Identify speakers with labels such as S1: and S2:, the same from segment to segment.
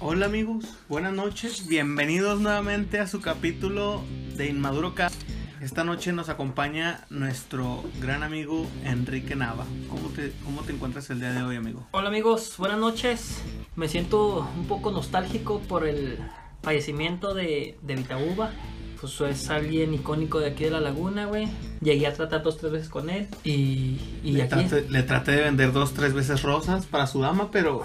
S1: Hola amigos, buenas noches, bienvenidos nuevamente a su capítulo de Inmaduro Cast. Esta noche nos acompaña nuestro gran amigo Enrique Nava. ¿Cómo te, ¿Cómo te encuentras el día de hoy, amigo?
S2: Hola amigos, buenas noches. Me siento un poco nostálgico por el fallecimiento de, de Vitauba. Pues es alguien icónico de aquí de la laguna, güey. Llegué a tratar dos, tres veces con él y, y
S1: le,
S2: aquí-
S1: traté, le traté de vender dos, tres veces rosas para su dama, pero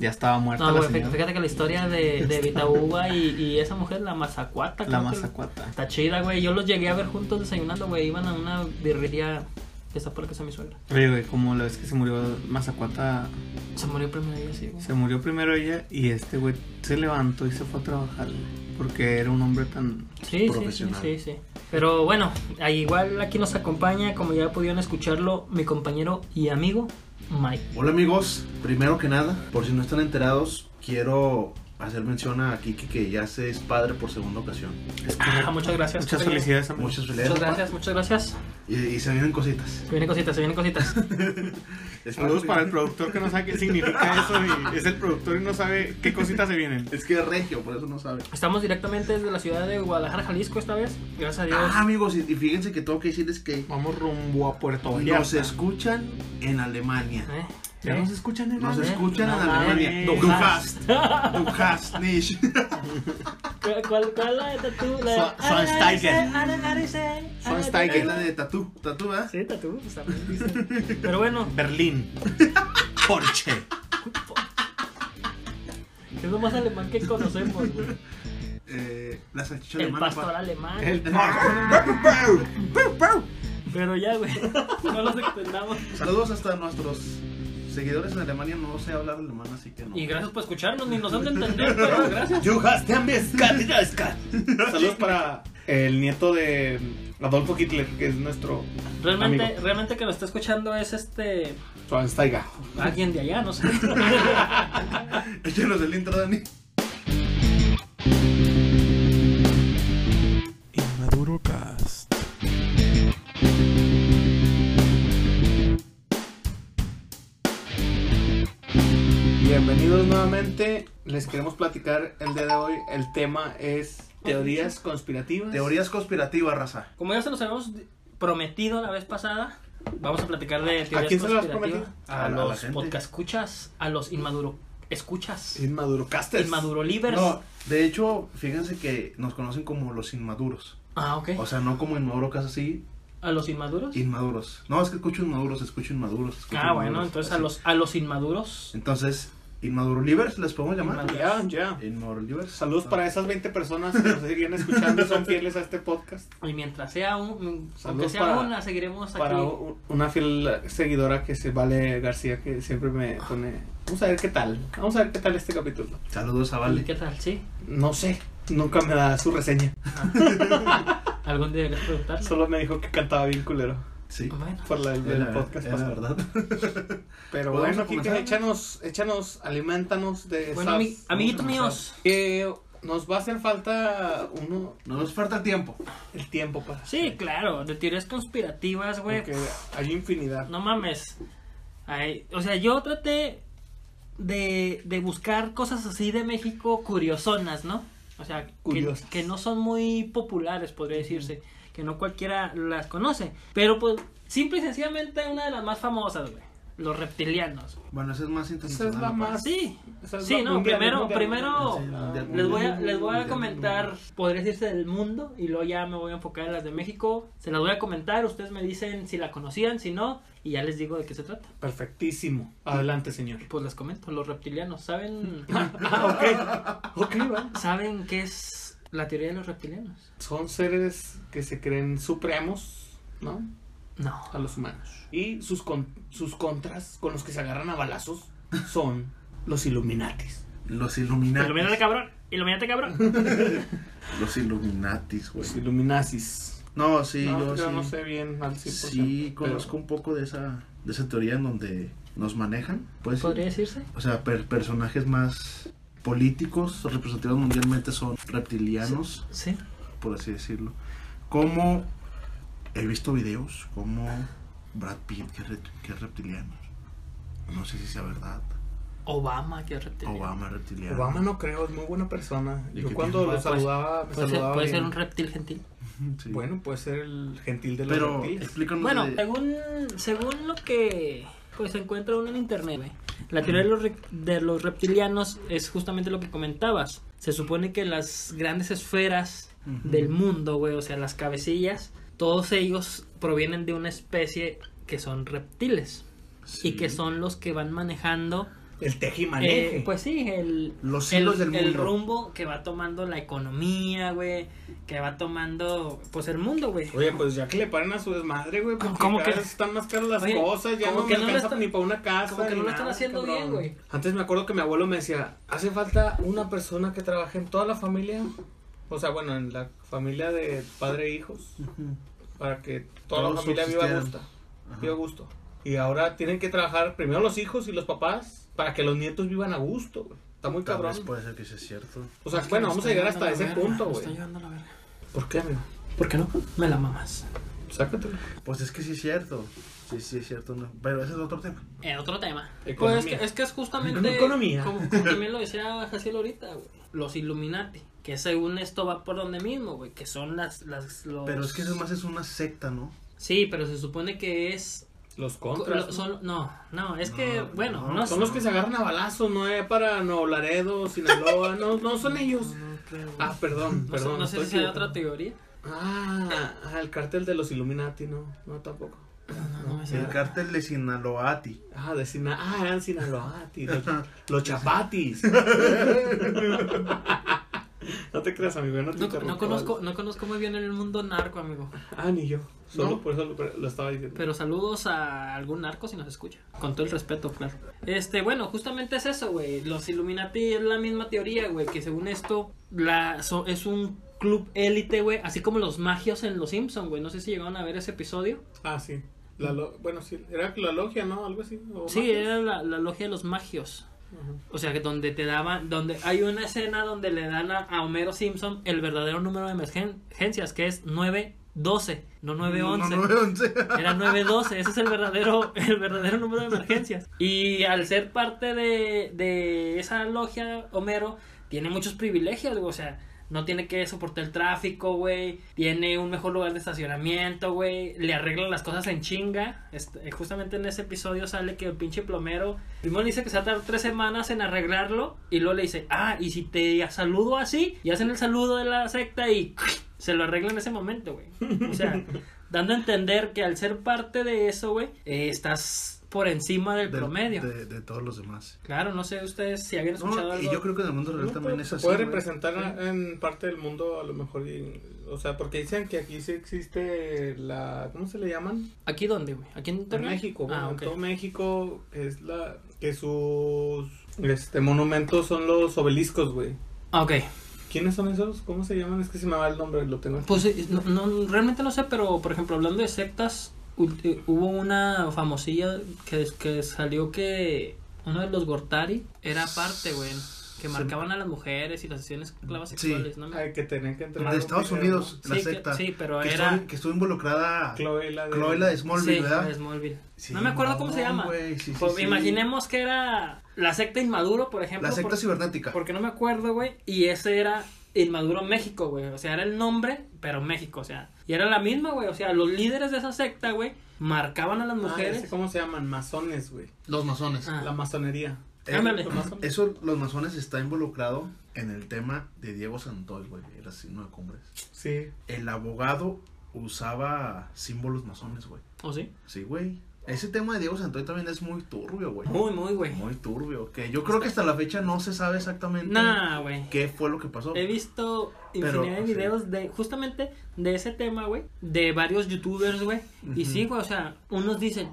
S1: ya estaba muerta
S2: No,
S1: la
S2: güey, fí-
S1: señora.
S2: fíjate que la historia de, de Vitauba y, y esa mujer, la Mazacuata.
S1: La
S2: creo que-
S1: mazacuata.
S2: Está chida, güey. Yo los llegué a ver juntos desayunando, güey. Iban a una birrería que está por la casa de mi suegra.
S1: Oye, güey, como la vez que se murió Mazacuata,
S2: Se murió primero ella, sí, güey.
S1: se murió primero ella y este güey se levantó y se fue a trabajar porque era un hombre tan...
S2: Sí, sí, sí,
S3: profesional.
S2: sí, sí. Pero bueno, ahí igual aquí nos acompaña, como ya pudieron escucharlo, mi compañero y amigo Mike.
S3: Hola amigos, primero que nada, por si no están enterados, quiero hacer mención a Kiki que ya se es padre por segunda ocasión.
S2: Ah, muchas gracias.
S1: Muchas
S2: Oye,
S1: felicidades, amigo.
S3: Muchas felicidades.
S2: Muchas
S3: papá.
S2: gracias, muchas gracias.
S3: Y, y se vienen cositas.
S2: Se vienen cositas, se vienen cositas.
S1: Saludos para el productor que no sabe qué significa eso y es el productor y no sabe qué cositas se vienen.
S3: Es que es regio, por eso no sabe.
S2: Estamos directamente desde la ciudad de Guadalajara, Jalisco esta vez. Gracias a Dios.
S3: Ah, amigos, y, y fíjense que tengo que decirles que
S1: Vamos rumbo a Puerto Vallarta.
S3: nos escuchan en Alemania.
S2: Eh,
S1: Ya
S2: eh.
S1: nos escuchan en
S3: Nos
S1: Alemania.
S3: escuchan
S2: no
S3: en Alemania.
S1: mames.
S3: Du hast, du hast nicht.
S2: ¿Cuál, cuál, cuál la de tatú? La de-
S1: Son- son Steiger.
S2: Are- Arese, Are-
S1: Son
S2: Arese.
S1: Steiger.
S3: Es la de tatú, tatú, ¿verdad?
S2: Sí, tatú, pues, también dice. Pero bueno,
S1: Berlín. Porsche.
S2: es lo más alemán que conocemos, güey.
S3: Eh, la salchicha
S2: El
S3: alemana.
S2: pastor
S3: pa-
S2: alemán.
S1: El
S2: Pero ya, güey, no los extendamos.
S3: Saludos hasta a nuestros seguidores en Alemania. No sé hablar alemán, así que no.
S2: Y gracias por escucharnos, ni nos han de entender, pero gracias.
S1: You has ten Saludos para el nieto de Adolfo Hitler, que es nuestro
S2: Realmente,
S1: Amigo.
S2: realmente que lo está escuchando es este
S1: Schweinsteiger.
S2: alguien de allá, no sé.
S3: Échanos el intro, Dani.
S1: Inmaduro Cast. Bienvenidos nuevamente. Les queremos platicar el día de hoy. El tema es teorías conspirativas.
S3: Teorías conspirativas, raza.
S2: Como ya se los habíamos prometido la vez pasada, vamos a platicar de teorías
S1: quién se las
S2: conspirativas.
S1: prometió?
S2: A,
S3: A la- a la
S2: los
S3: gente.
S2: podcast escuchas, a los inmaduro escuchas,
S1: Inmaduro Casters.
S2: inmaduro livers.
S3: No, de hecho, fíjense que nos conocen como los inmaduros.
S2: Ah, ok.
S3: O sea, no como inmaduro casi así,
S2: A los inmaduros.
S3: inmaduros. No, es que escucho inmaduros, escucho inmaduros. escucho
S2: Ah, bueno,
S3: inmaduros,
S2: entonces a
S3: así.
S2: los a los inmaduros.
S3: Entonces, inmaduro livers, ¿les podemos llamar? Ah,
S2: Inmaduro.
S1: Ya, ya.
S3: Inmaduro livers.
S1: Saludos para esas 20 personas que nos siguen escuchando y son fieles a este podcast.
S2: Y mientras sea un, aunque
S1: Saludos
S2: sea
S1: para-
S2: una, seguiremos aquí.
S1: Para u- una fiel seguidora que se vale García, que siempre me pone. Vamos a ver qué tal. Vamos a ver qué tal este capítulo.
S3: Saludos a
S2: ¿Y ¿Qué
S3: Vale.
S2: tal? Sí.
S1: No sé, nunca me da su reseña.
S2: Algún día deberías preguntarle.
S1: Solo me dijo que cantaba bien culero
S3: Sí.
S2: Bueno,
S1: por la del
S3: Era-
S1: podcast
S3: era
S1: pasado.
S3: verdad.
S1: Pero
S3: ¿Podemos
S1: bueno, Kike,
S3: comenzar?
S1: échanos, échanos, alimentanos de
S2: bueno
S1: esas-
S2: ami- amiguitos
S3: vamos a
S2: míos.
S1: que nos va a hacer falta uno
S3: No nos falta tiempo.
S1: el tiempo para.
S2: Sí, claro, de teorías conspirativas, güey.
S1: Porque hay infinidad.
S2: No mames. Ay, o sea, yo traté de, de buscar cosas así de México curiosonas, ¿no? O sea, que,
S1: Curiosas.
S2: que no son muy populares, podría decirse. Que no cualquiera las conoce. Pero pues, simple y sencillamente, una de las más famosas, güey. Los reptilianos.
S3: Bueno, esa es más
S1: Esa
S3: internacional.
S1: es la más.
S2: Sí,
S1: esa es
S2: Sí,
S1: la
S2: no,
S1: mundial,
S2: primero-
S1: mundial,
S2: primero
S1: mundial.
S3: Sí,
S2: Les voy, a,
S3: Mundial,
S2: les voy a
S3: mundial,
S2: comentar,
S3: mundial.
S2: podría decirse del mundo, y luego ya me voy a enfocar en las de México. Se las voy a comentar, ustedes me dicen si la conocían, si no, y ya les digo de qué se trata.
S1: Perfectísimo. Adelante, señor.
S2: Pues les comento, los reptilianos, ¿saben,
S1: Ah, ok. Ok, va.
S2: ¿saben qué es la teoría de los reptilianos?
S1: Son seres que se creen supremos, ¿no?
S2: No.
S1: a los humanos. Y sus, con- sus contras con los que se agarran a balazos son los Illuminatis.
S3: Los Illuminati.
S2: Iluminate, Pues cabrón, iluminate, cabrón.
S3: Los Illuminatis, güey.
S1: Los Illuminatis.
S3: No, sí,
S1: no,
S3: yo,
S1: yo
S3: sí.
S1: no sé bien al 100%,
S3: Sí,
S1: pero-
S3: conozco un poco de esa, de esa teoría en donde nos manejan, pues.
S2: ¿Podría decirse?
S3: O sea, per- personajes más políticos, representativos mundialmente son reptilianos,
S2: Sí.
S3: por así decirlo. Como he visto videos como Brad Pitt, que, es re- que es reptiliano. No sé si sea verdad.
S2: Obama, que reptiliano.
S3: Obama reptiliano.
S1: Obama no creo, es muy buena persona.
S3: ¿Y
S1: Yo
S3: qué
S1: cuando
S3: tiene?
S1: lo
S2: Puede- puede-
S1: saludaba, me
S2: Puede, ser,
S1: saludaba
S2: puede ser
S1: bien.
S2: un reptil gentil.
S3: Sí.
S1: Bueno, puede ser el gentil de los
S3: pero
S1: reptiles.
S3: explícanos.
S2: Bueno,
S3: de-
S2: según, según lo que pues, se encuentra uno en internet, güey, la teoría de los, re- de los reptilianos es justamente lo que comentabas. Se supone que las grandes esferas
S3: Ujú.
S2: del mundo, güey, o sea, las cabecillas, todos ellos provienen de una especie que son reptiles
S3: Sí.
S2: y que son los que van manejando,
S1: El tejimaneje.
S2: eh, pues sí, el,
S3: los
S2: el,
S3: hilos del mundo.
S2: el rumbo que va tomando la economía, güey, que va tomando, pues, el mundo, güey.
S1: Oye, pues ya que le paren a su desmadre, güey.
S2: ¿Cómo-
S1: Porque
S2: cómo
S1: cada
S2: que-
S1: vez están más caras las
S2: Oye,
S1: cosas. Ya
S2: como
S1: no me
S2: que no lo
S1: alcanza
S2: están-
S1: ni para una casa.
S2: como que
S1: ni
S2: no lo
S1: nada,
S2: están haciendo bien, güey.
S1: Antes me acuerdo que mi abuelo me decía: Hace falta una persona que trabaje en toda la familia. O sea, bueno, en la familia de padre e hijos.
S3: Ujú.
S1: Para que toda la
S3: Todos
S1: familia viva a
S3: subsistieran.
S1: gusto.
S3: Ajá.
S1: Viva a gusto. Y ahora tienen que trabajar primero los hijos y los papás. Para que los nietos vivan a gusto, güey. Está muy
S3: Tal
S1: cabrón.
S3: vez puede ser que sea cierto.
S1: O sea, bueno, vamos a llegar hasta ese punto,
S2: Estoy
S1: güey.
S2: llevando la verga.
S1: ¿Por qué, amigo?
S2: ¿Por qué no? Me la mamas.
S1: Sácatelo.
S3: Pues es que sí es cierto. Sí, sí es cierto. no. Pero ese es otro tema.
S2: Eh, otro tema.
S1: Economía.
S2: Pues es que es, que es justamente.
S1: Economía.
S2: Como, como también lo decía Jaciel ahorita, güey. Los Illuminati. Que según esto va por donde mismo, güey. Que son las. las los...
S3: Pero es que eso más es una secta, ¿no?
S2: Sí, pero se supone que es.
S1: Los
S2: co-
S1: contras.
S2: lo- son- no, no, es que,
S3: No,
S2: bueno,
S3: no,
S2: no,
S1: Son los que se agarran a balazos, no es para Nuevo Laredo, Sinaloa, no, no son ellos. Ah, perdón,
S2: No sé-
S1: perdón.
S2: no sé
S1: estoy
S2: si hay
S1: equivocado.
S2: otra teoría.
S1: Ah, ah, el cártel de los Illuminati, no, no tampoco.
S2: No, no me sé.
S3: El cártel de Sinaloati.
S1: Ah, de Sina ah, eran Sinaloati, los, los chapatis. no te creas, amigo, no te
S2: No,
S1: interrumpo,
S2: no conozco, no conozco muy bien el mundo narco, amigo.
S1: vale. Ah, ni yo. Solo
S3: No.
S1: por eso lo, lo estaba diciendo.
S2: Pero saludos a algún narco si nos escucha. Con todo el respeto, claro. Este, bueno, justamente es eso, güey. Los Illuminati es la misma teoría, güey. Que según esto, la, so- es un club élite, güey. Así como los magios en Los Simpson, güey. No sé si llegaron a ver ese episodio.
S1: Ah, sí. La lo- bueno, sí, era la logia, ¿no? Algo así. o
S2: Sí,
S1: mafias.
S2: era la, la logia de los magios.
S1: Ajá.
S2: O sea, que donde te daban, donde hay una escena donde le dan a, a Homero Simpson el verdadero número de emergencias, que es 912, no 911.
S3: No, 911.
S2: Era 912, ese es el verdadero, el verdadero número de emergencias. Y al ser parte de, de esa logia, Homero tiene muchos privilegios, güey, O sea, no tiene que soportar el tráfico, güey. Tiene un mejor lugar de estacionamiento, güey. Le arreglan las cosas en chinga. Este, justamente en ese episodio sale que el pinche plomero. Primero le dice que se va a tardar tres semanas en arreglarlo. Y luego le dice, ah, y si te saludo así, y hacen el saludo de la secta y se lo arreglan en ese momento, güey. O sea, dando a entender que al ser parte de eso, güey, eh, estás por encima del
S3: Del-
S2: promedio.
S3: De, de todos los demás.
S2: Claro, no sé ustedes si habían
S3: No,
S2: escuchado
S3: y
S2: algo.
S3: yo creo que en el mundo real
S1: No,
S3: también
S1: pero
S3: es
S1: se
S3: así.
S1: Puede
S3: güey.
S1: representar a- en parte del mundo, a lo mejor. y- o sea, porque dicen que aquí sí existe la. ¿Cómo se le llaman?
S2: ¿Aquí dónde, güey? ¿Aquí en
S1: En
S2: Torreón?
S1: México. bueno,
S2: Ah,
S1: En
S2: ok.
S1: todo México es la. Que sus. Este, monumentos son los obeliscos, güey.
S2: Ah, ok.
S1: ¿Quiénes son esos? ¿Cómo se llaman? Es que se me va el nombre, lo tengo. aquí.
S2: Pues eh, no, no, realmente no sé, pero por ejemplo, hablando de sectas, ulti- hubo una famosilla que, que salió que uno de los Gortari era parte, güey. Que
S3: Se-
S2: marcaban a las mujeres y las sesiones clavas
S3: Sí.
S2: sexuales, ¿no? me-
S1: Ay, que tenían que entrar.
S3: De Estados Unidos, la
S2: Sí, que-
S3: secta.
S2: sí, pero
S3: que
S2: era-
S3: estuvo- que estuvo involucrada
S1: Chloe, la de.
S3: Chloe, la de Smallville,
S2: Sí,
S3: ¿verdad?
S2: de Smallville.
S3: Sí,
S2: no me acuerdo cómo se llama.
S3: güey, sí, sí,
S2: Pues
S3: sí.
S2: Imaginemos que era la secta Inmaduro, por ejemplo.
S3: La secta
S2: por-
S3: cibernética.
S2: Porque no me acuerdo, güey. Y ese era Inmaduro México, güey. O sea, era el nombre, pero México, o sea. Y era la misma, güey. O sea, los líderes de esa secta, güey, marcaban a las
S1: Ah, ya sé
S2: mujeres.
S1: ¿Cómo se llaman? Masones, güey.
S3: Los masones.
S2: Ah.
S1: La masonería.
S3: Eh,
S2: Ándale.
S1: Los masones.
S3: Eso, los masones está involucrado en el tema de Diego Santoy, güey, el asesino de cumbres.
S1: Sí.
S3: El abogado usaba símbolos masones, güey.
S2: ¿O sí?
S3: Sí, güey. Ese tema de Diego Santoy también es muy turbio, güey.
S2: Muy, muy, güey.
S3: Muy turbio. Que yo creo que hasta la fecha no se sabe exactamente
S2: Nah, güey.
S3: qué fue lo que pasó.
S2: He visto
S3: Pero,
S2: infinidad de
S3: sí.
S2: videos de justamente de ese tema, güey, de varios youtubers, güey. Y
S3: Ujú.
S2: sí, güey, o sea, unos dicen,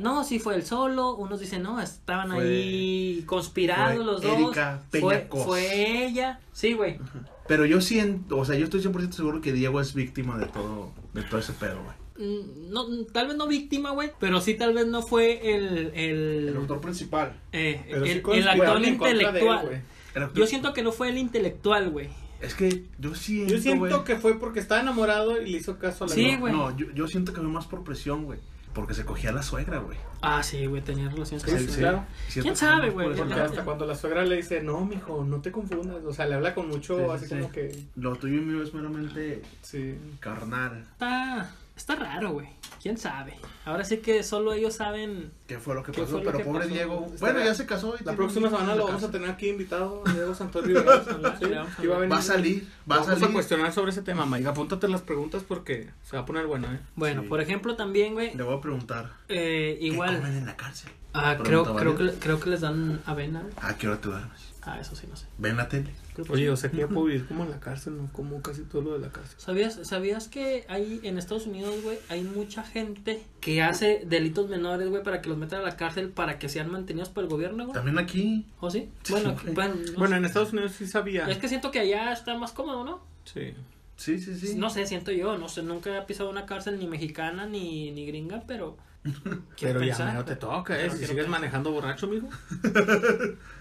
S2: no, sí fue el solo, unos dicen, no, estaban
S3: Fue-
S2: ahí conspirados
S3: fue
S2: los
S3: Erika
S2: dos. Fue,
S3: Peñacos.
S2: fue ella. Sí, güey.
S3: Pero yo siento, o sea, yo estoy 100% seguro que Diego es víctima de todo, de todo ese pedo, güey.
S2: Mm, No, mm, tal vez no víctima, güey, pero sí tal vez no fue el, el,
S3: El autor principal.
S2: eh,
S1: Pero sí
S2: el- el
S1: conspiraron
S2: actor
S1: en contra de él,
S2: intelectual.
S1: güey.
S3: El autor-
S2: Yo siento que no fue el intelectual, güey.
S3: Es que yo siento,
S1: Yo siento
S3: güey,
S1: que fue porque estaba enamorado y le hizo caso a la
S2: Sí,
S1: novia.
S2: güey.
S3: No, yo, yo siento que fue más por presión, güey. Porque se cogía a la suegra, güey.
S2: Ah, sí, güey, tenía relaciones con
S1: Sí,
S2: el
S1: sí.
S2: claro.
S3: Cierto-
S2: ¿Quién sabe, güey?
S1: Porque
S2: Ya-
S1: hasta cuando la suegra le dice, no, mijo, no te confundas. O sea, le habla con mucho,
S3: Sí, sí,
S1: así
S3: sí.
S1: como que.
S3: Lo tuyo y mío es meramente
S1: Sí.
S3: carnal.
S2: Está, está raro, güey. ¿Quién sabe? Ahora sí que solo ellos saben.
S3: ¿Qué fue lo que
S2: ¿Qué
S3: pasó?
S2: fue lo
S3: Pero
S2: que
S3: pobre
S2: pasó?
S3: Diego.
S1: Está
S3: Bueno,
S1: bien.
S3: ya se casó. y
S1: La
S3: tiene
S1: próxima
S3: una
S1: semana lo vamos
S3: casa.
S1: a tener aquí invitado, Diego Santorio. Vamos a hablar,
S2: Sí,
S1: le vamos a hablar.
S3: Va a salir, va a
S1: Vamos a
S3: salir.
S1: cuestionar sobre ese tema, Mike. Apúntate las preguntas porque se va a poner bueno, ¿eh?
S2: Bueno,
S3: Sí.
S2: por ejemplo, también, güey.
S3: Le voy a preguntar.
S2: eh,
S3: ¿Qué
S2: igual.
S3: comen en la cárcel?
S2: Ah,
S3: Pregunta
S2: creo, creo,
S3: válida.
S2: que, creo que les dan avena, güey.
S3: ¿A qué hora te duermes?
S2: Ah, eso sí, no sé.
S3: ¿Ven la tele?
S2: Creo que sí.
S1: Oye, o sea que ya puedo vivir como en la cárcel, ¿no? Como casi todo lo de la cárcel.
S2: ¿Sabías, ¿Sabías que hay en Estados Unidos, güey, hay mucha gente que hace delitos menores, güey, para que los metan a la cárcel, para que sean mantenidos por el gobierno, güey?
S3: También aquí.
S2: ¿O sí? Bueno,
S3: Sí, güey.
S2: bueno, no
S1: Bueno,
S2: sé.
S1: en Estados Unidos sí sabía.
S2: es que siento que allá está más cómodo, ¿no?
S1: Sí.
S3: Sí, sí, sí.
S2: No sé, siento yo, no sé, nunca he pisado una cárcel ni mexicana ni, ni gringa, pero... quiero
S1: Pero
S2: pensar,
S1: ya no te
S2: güey.
S1: toca, ¿eh?
S2: Pero
S1: Si
S2: quiero
S1: sigues
S2: pensar.
S1: manejando borracho, mijo.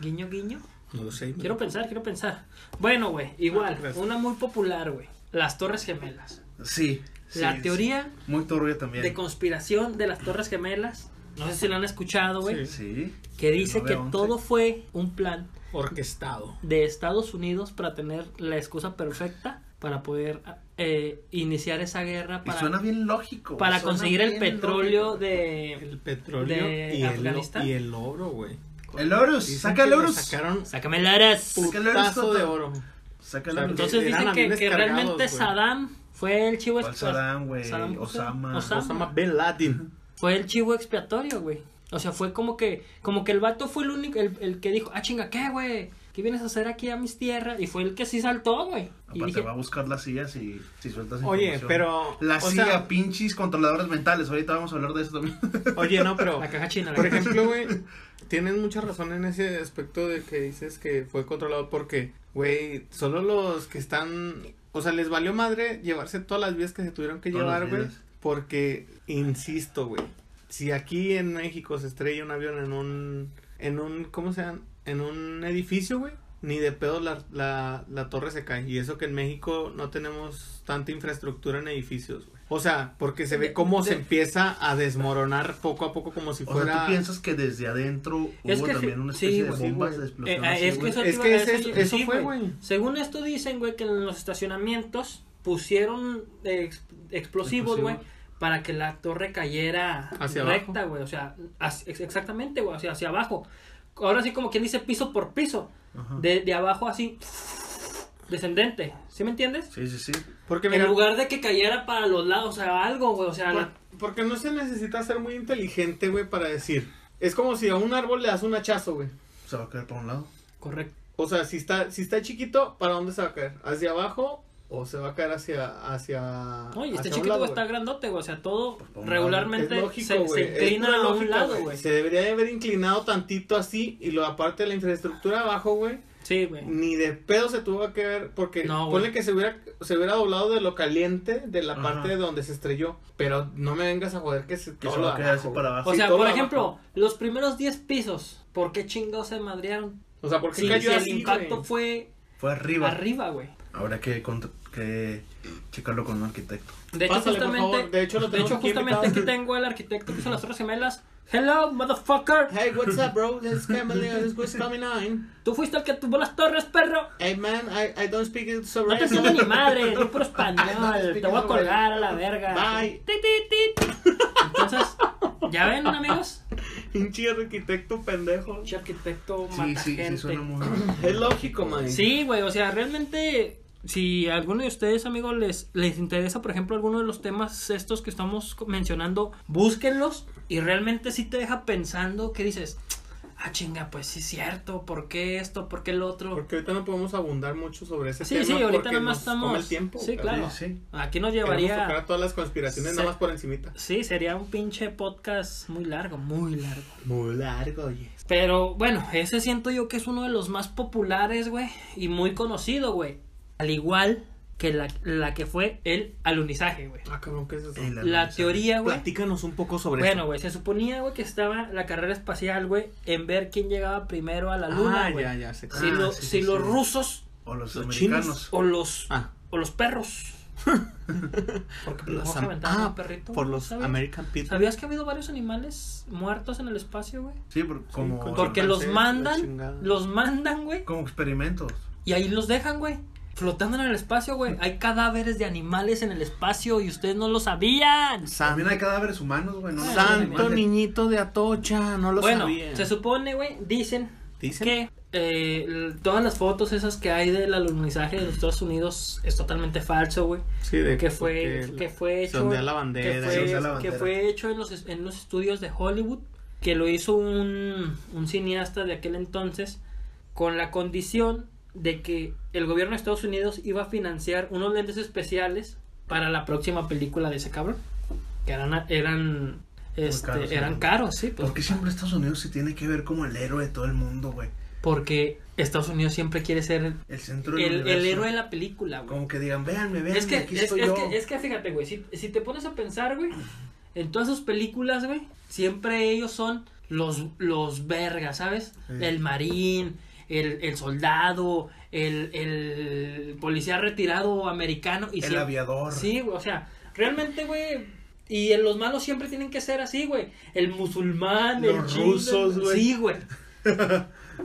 S2: Guiño, guiño.
S1: No lo sé.
S2: Quiero pensar, quiero pensar. Bueno, güey, igual,
S1: gracias.
S2: una muy popular, güey. Las Torres Gemelas.
S3: Sí.
S2: la
S3: sí,
S2: teoría
S3: sí. Muy turbia también.
S2: de conspiración de las Torres Gemelas. No sé si la han escuchado, güey.
S1: Sí.
S3: Sí.
S2: Que dice que
S3: 9-11.
S2: todo fue un plan
S1: Orquestado.
S2: de Estados Unidos para tener la excusa perfecta para poder eh, iniciar esa guerra
S3: Y
S2: para,
S3: suena bien lógico.
S2: para
S3: suena
S2: conseguir el
S3: bien
S2: petróleo
S3: lógico.
S2: de...
S1: El petróleo
S2: De
S1: y, el,
S2: Afganistán.
S1: y el oro, güey.
S3: El Horus,
S1: Dicen
S3: saca el
S1: que le
S3: Horus.
S1: Sacaron
S2: Sácame la aras.
S3: Saca el
S1: putazo
S3: Horus,
S1: de
S3: Toto.
S1: oro.
S3: Saca el
S1: O sea,
S3: Horus.
S2: Entonces
S1: Eran
S2: dicen que,
S1: aviones
S2: que
S1: cargados,
S2: realmente
S1: güey.
S2: Saddam fue el chivo
S3: ¿Cuál Saddam, güey?
S2: Saddam Hussein.
S3: Osama.
S2: Osama.
S1: Osama Bin Laden.
S2: Fue el chivo expiatorio, güey. O sea, fue como que, como que el vato fue el único, el, el que dijo, ah, chinga, ¿qué, güey? ¿Qué vienes a hacer aquí a mis tierras? Y fue el que sí saltó, güey. Y
S3: Aparte
S2: dije,
S3: va a buscar la CIA si, si sueltas
S1: Oye,
S3: información.
S1: pero.
S3: La
S1: o
S3: CIA,
S1: sea,
S3: pinches controladores mentales. Ahorita vamos a hablar de eso también.
S1: Oye, no, pero.
S2: la caja china, la
S1: Por
S2: caja
S1: ejemplo, güey, tienes mucha razón en ese aspecto de que dices que fue controlado porque, güey, solo los que están, o sea, les valió madre llevarse todas las vías que se tuvieron que
S3: Todas
S1: llevar,
S3: las
S1: güey,
S3: vías.
S1: porque, insisto, güey, si aquí en México se estrella un avión en un, en un, ¿cómo se llama? En un edificio, güey. Ni de pedo la, la, la torre se cae. Y eso que en México no tenemos tanta infraestructura en edificios, güey. O sea, porque se ve
S2: De-
S1: cómo se
S2: de-
S1: empieza a desmoronar poco a poco como si
S3: O
S1: fuera...
S3: sea, tú piensas que desde adentro
S2: Es
S3: hubo
S2: que sí-
S3: también una
S2: sí,
S3: especie de
S2: güey,
S1: sí,
S3: bombas
S1: güey.
S3: de
S2: Eh,
S3: explosión.
S2: ah,
S3: así,
S2: es que
S3: güey.
S2: eso,
S1: Es
S2: te
S1: que
S2: iba-
S1: es eso- eso
S2: sí,
S1: fue, güey.
S2: Según esto dicen, güey, que en los estacionamientos pusieron eh, ex- explosivos,
S3: Explosivos.
S2: güey, para que la torre cayera
S1: Hacia
S2: recta, güey. O sea, as- ex- exactamente, güey, hacia, hacia abajo. Ahora sí, como quien dice piso por piso,
S3: Ajá.
S2: de, de abajo así, descendente. ¿Sí me entiendes?
S3: Sí, sí, sí.
S1: Porque mira,
S2: En lugar de que cayera para los lados, o sea, algo, güey, o sea,
S1: por-
S2: la-
S1: porque no se necesita ser muy inteligente, güey, para decir. Es como si a un árbol le das un hachazo, güey.
S3: Se va a caer para un lado.
S2: correcto.
S1: O sea, si está, si está chiquito, ¿para dónde se va a caer? ¿Hacia abajo o se va a caer hacia, hacia,
S2: Oye, este
S1: hacia un
S2: chiquito
S1: lado,
S2: güey, está
S1: güey? Pues,
S2: grandote, güey. O sea, todo
S3: por un lado.
S2: regularmente
S1: Es lógico,
S2: se, se
S1: güey. Es
S2: inclina
S1: pura
S2: a un
S1: lógica,
S2: lado, güey.
S1: Se debería de haber inclinado tantito así y lo aparte de la infraestructura abajo, güey.
S2: Sí, güey.
S1: Ni de pedo se tuvo que ver porque
S2: No, güey.
S1: ponle que se hubiera, se hubiera doblado de lo caliente de la
S3: Ajá.
S1: parte de donde se estrelló. Pero no me vengas a joder que se
S3: Que
S1: todo
S3: se
S1: lo
S3: va a
S1: de
S3: caer así
S1: abajo,
S3: para
S1: güey.
S3: abajo.
S2: O
S1: Sí,
S2: sea,
S1: todo
S2: por
S1: lo de
S2: ejemplo,
S1: abajo.
S2: los primeros 10 pisos, ¿por qué chingados se madrearon?
S1: O sea, ¿por qué
S2: Si,
S1: cayó
S2: si
S1: así,
S2: el impacto
S1: güey?
S2: fue
S3: Fue arriba.
S2: arriba, güey.
S3: Habrá que, cont- que checarlo con un arquitecto.
S2: De hecho,
S1: Pásale, por favor.
S2: justamente,
S1: De hecho, lo
S2: de
S1: tenemos
S2: hecho,
S1: aquí
S2: justamente aquí
S1: invitado.
S2: tengo al arquitecto que hizo las Torres Gemelas. Hello, motherfucker.
S1: Hey, what's up, bro? This is Camille. This is coming on.
S2: Tú fuiste el que tuvo las torres, perro.
S1: Hey, man, I, I don't speak it so
S2: No te
S1: right.
S2: entiendo ni madre, no puro
S1: Ay, no,
S2: español. Te voy
S1: explícame,
S2: a colgar a la verga.
S1: Bye.
S2: Ti, ti, ti. Entonces, ¿ya ven, amigos?
S1: Pinche arquitecto pendejo.
S2: Pinche arquitecto
S3: Sí,
S2: mata
S3: sí, sí,
S2: gente.
S3: suena muy.
S1: Es lógico, man.
S2: Sí, güey, o sea, realmente, si a alguno de ustedes, amigos, les, les interesa, por ejemplo, alguno de los temas estos que estamos co- mencionando, búsquenlos y realmente sí te deja pensando que dices, ah, chinga, pues sí es cierto, ¿por qué esto? ¿Por qué el otro?
S1: Porque ahorita no podemos abundar mucho sobre ese
S2: Sí,
S1: tema.
S2: sí, ahorita
S1: porque
S2: nada más
S1: nos come
S2: estamos-
S1: el tiempo.
S2: sí,
S1: cabrón.
S2: claro.
S3: Sí, sí.
S2: Aquí nos
S1: Queremos tocar
S2: llevaría...
S1: a todas las conspiraciones,
S2: Sí.
S1: nada más por encimita.
S2: Sí, sería un pinche podcast muy largo, muy largo.
S1: Muy largo, oye.
S2: Pero bueno, ese siento yo que es uno de los más populares, güey, y muy conocido, güey. Al igual que la, la que fue el alunizaje, güey.
S1: Ah, cabrón, ¿qué es eso?
S3: El-
S2: La teoría, güey.
S1: Platícanos un poco sobre
S2: Bueno, güey, se suponía, güey, que estaba la carrera espacial, güey, en ver quién llegaba primero a la
S1: eso.
S2: luna,
S1: Ah,
S2: güey.
S1: ya, ya, se
S2: Si,
S3: Ah,
S2: lo-
S3: sí,
S2: si
S3: sí,
S2: los
S3: sí.
S2: rusos
S3: O los,
S1: Los
S3: americanos.
S2: o los,
S1: Ah,
S2: o los perros Porque
S1: Los
S2: primero
S1: am-
S2: aventaron
S1: ah,
S2: un perrito.
S1: Por los
S2: ¿sabías?
S1: American People.
S2: ¿Sabías que ha habido varios animales muertos en el espacio, güey?
S3: Sí, por- como,
S1: con-
S2: Porque los
S1: chimpancés, la chingada.
S2: mandan, los mandan, güey,
S3: como experimentos.
S2: y ahí los dejan, güey, flotando en el espacio, güey. Hay cadáveres de animales en el espacio y ustedes no lo sabían.
S1: San-
S3: También hay cadáveres humanos, güey. No
S1: Santo
S3: Animales.
S1: niñito de Atocha, no lo
S2: bueno,
S1: sabía.
S2: se supone, güey, dicen,
S1: Dicen.
S2: que eh, l- todas las fotos esas que hay del alunizaje de los Estados Unidos es totalmente falso, güey.
S1: Sí, de
S2: Que fue,
S1: porque
S2: que fue
S1: Se
S2: hecho.
S1: ondea la
S2: que
S1: bandera.
S2: fue,
S3: se ondea la
S2: que
S3: bandera.
S2: fue hecho en los, es- en los estudios de Hollywood, que lo hizo un, un cineasta de aquel entonces, con la condición de que el gobierno de Estados Unidos iba a financiar unos lentes especiales para la próxima película de ese cabrón, que eran, eran, este,
S3: caros,
S2: eran
S3: ¿no?
S2: caros, sí, pues,
S3: ¿Por qué siempre Estados Unidos se tiene que ver como el héroe de todo el mundo, güey?
S2: porque Estados Unidos siempre quiere ser
S3: El centro del
S2: el, el
S3: universo.
S2: héroe de la película, güey.
S3: Como que digan, véanme, véanme,
S2: Es que,
S3: aquí
S2: es,
S3: estoy
S2: es
S3: yo.
S2: que, es que fíjate, güey, si, si te pones a pensar, güey, en todas sus películas, güey, siempre ellos son los, los vergas, ¿sabes?
S3: Sí.
S2: El marín, el, el soldado, el, el policía retirado americano. Y
S3: el
S2: siempre-
S3: aviador.
S2: Sí, güey, o sea, realmente, güey. Y en los malos siempre tienen que ser así, güey. El musulmán, el
S3: Los
S2: chino,
S3: rusos, güey.
S2: Sí, güey.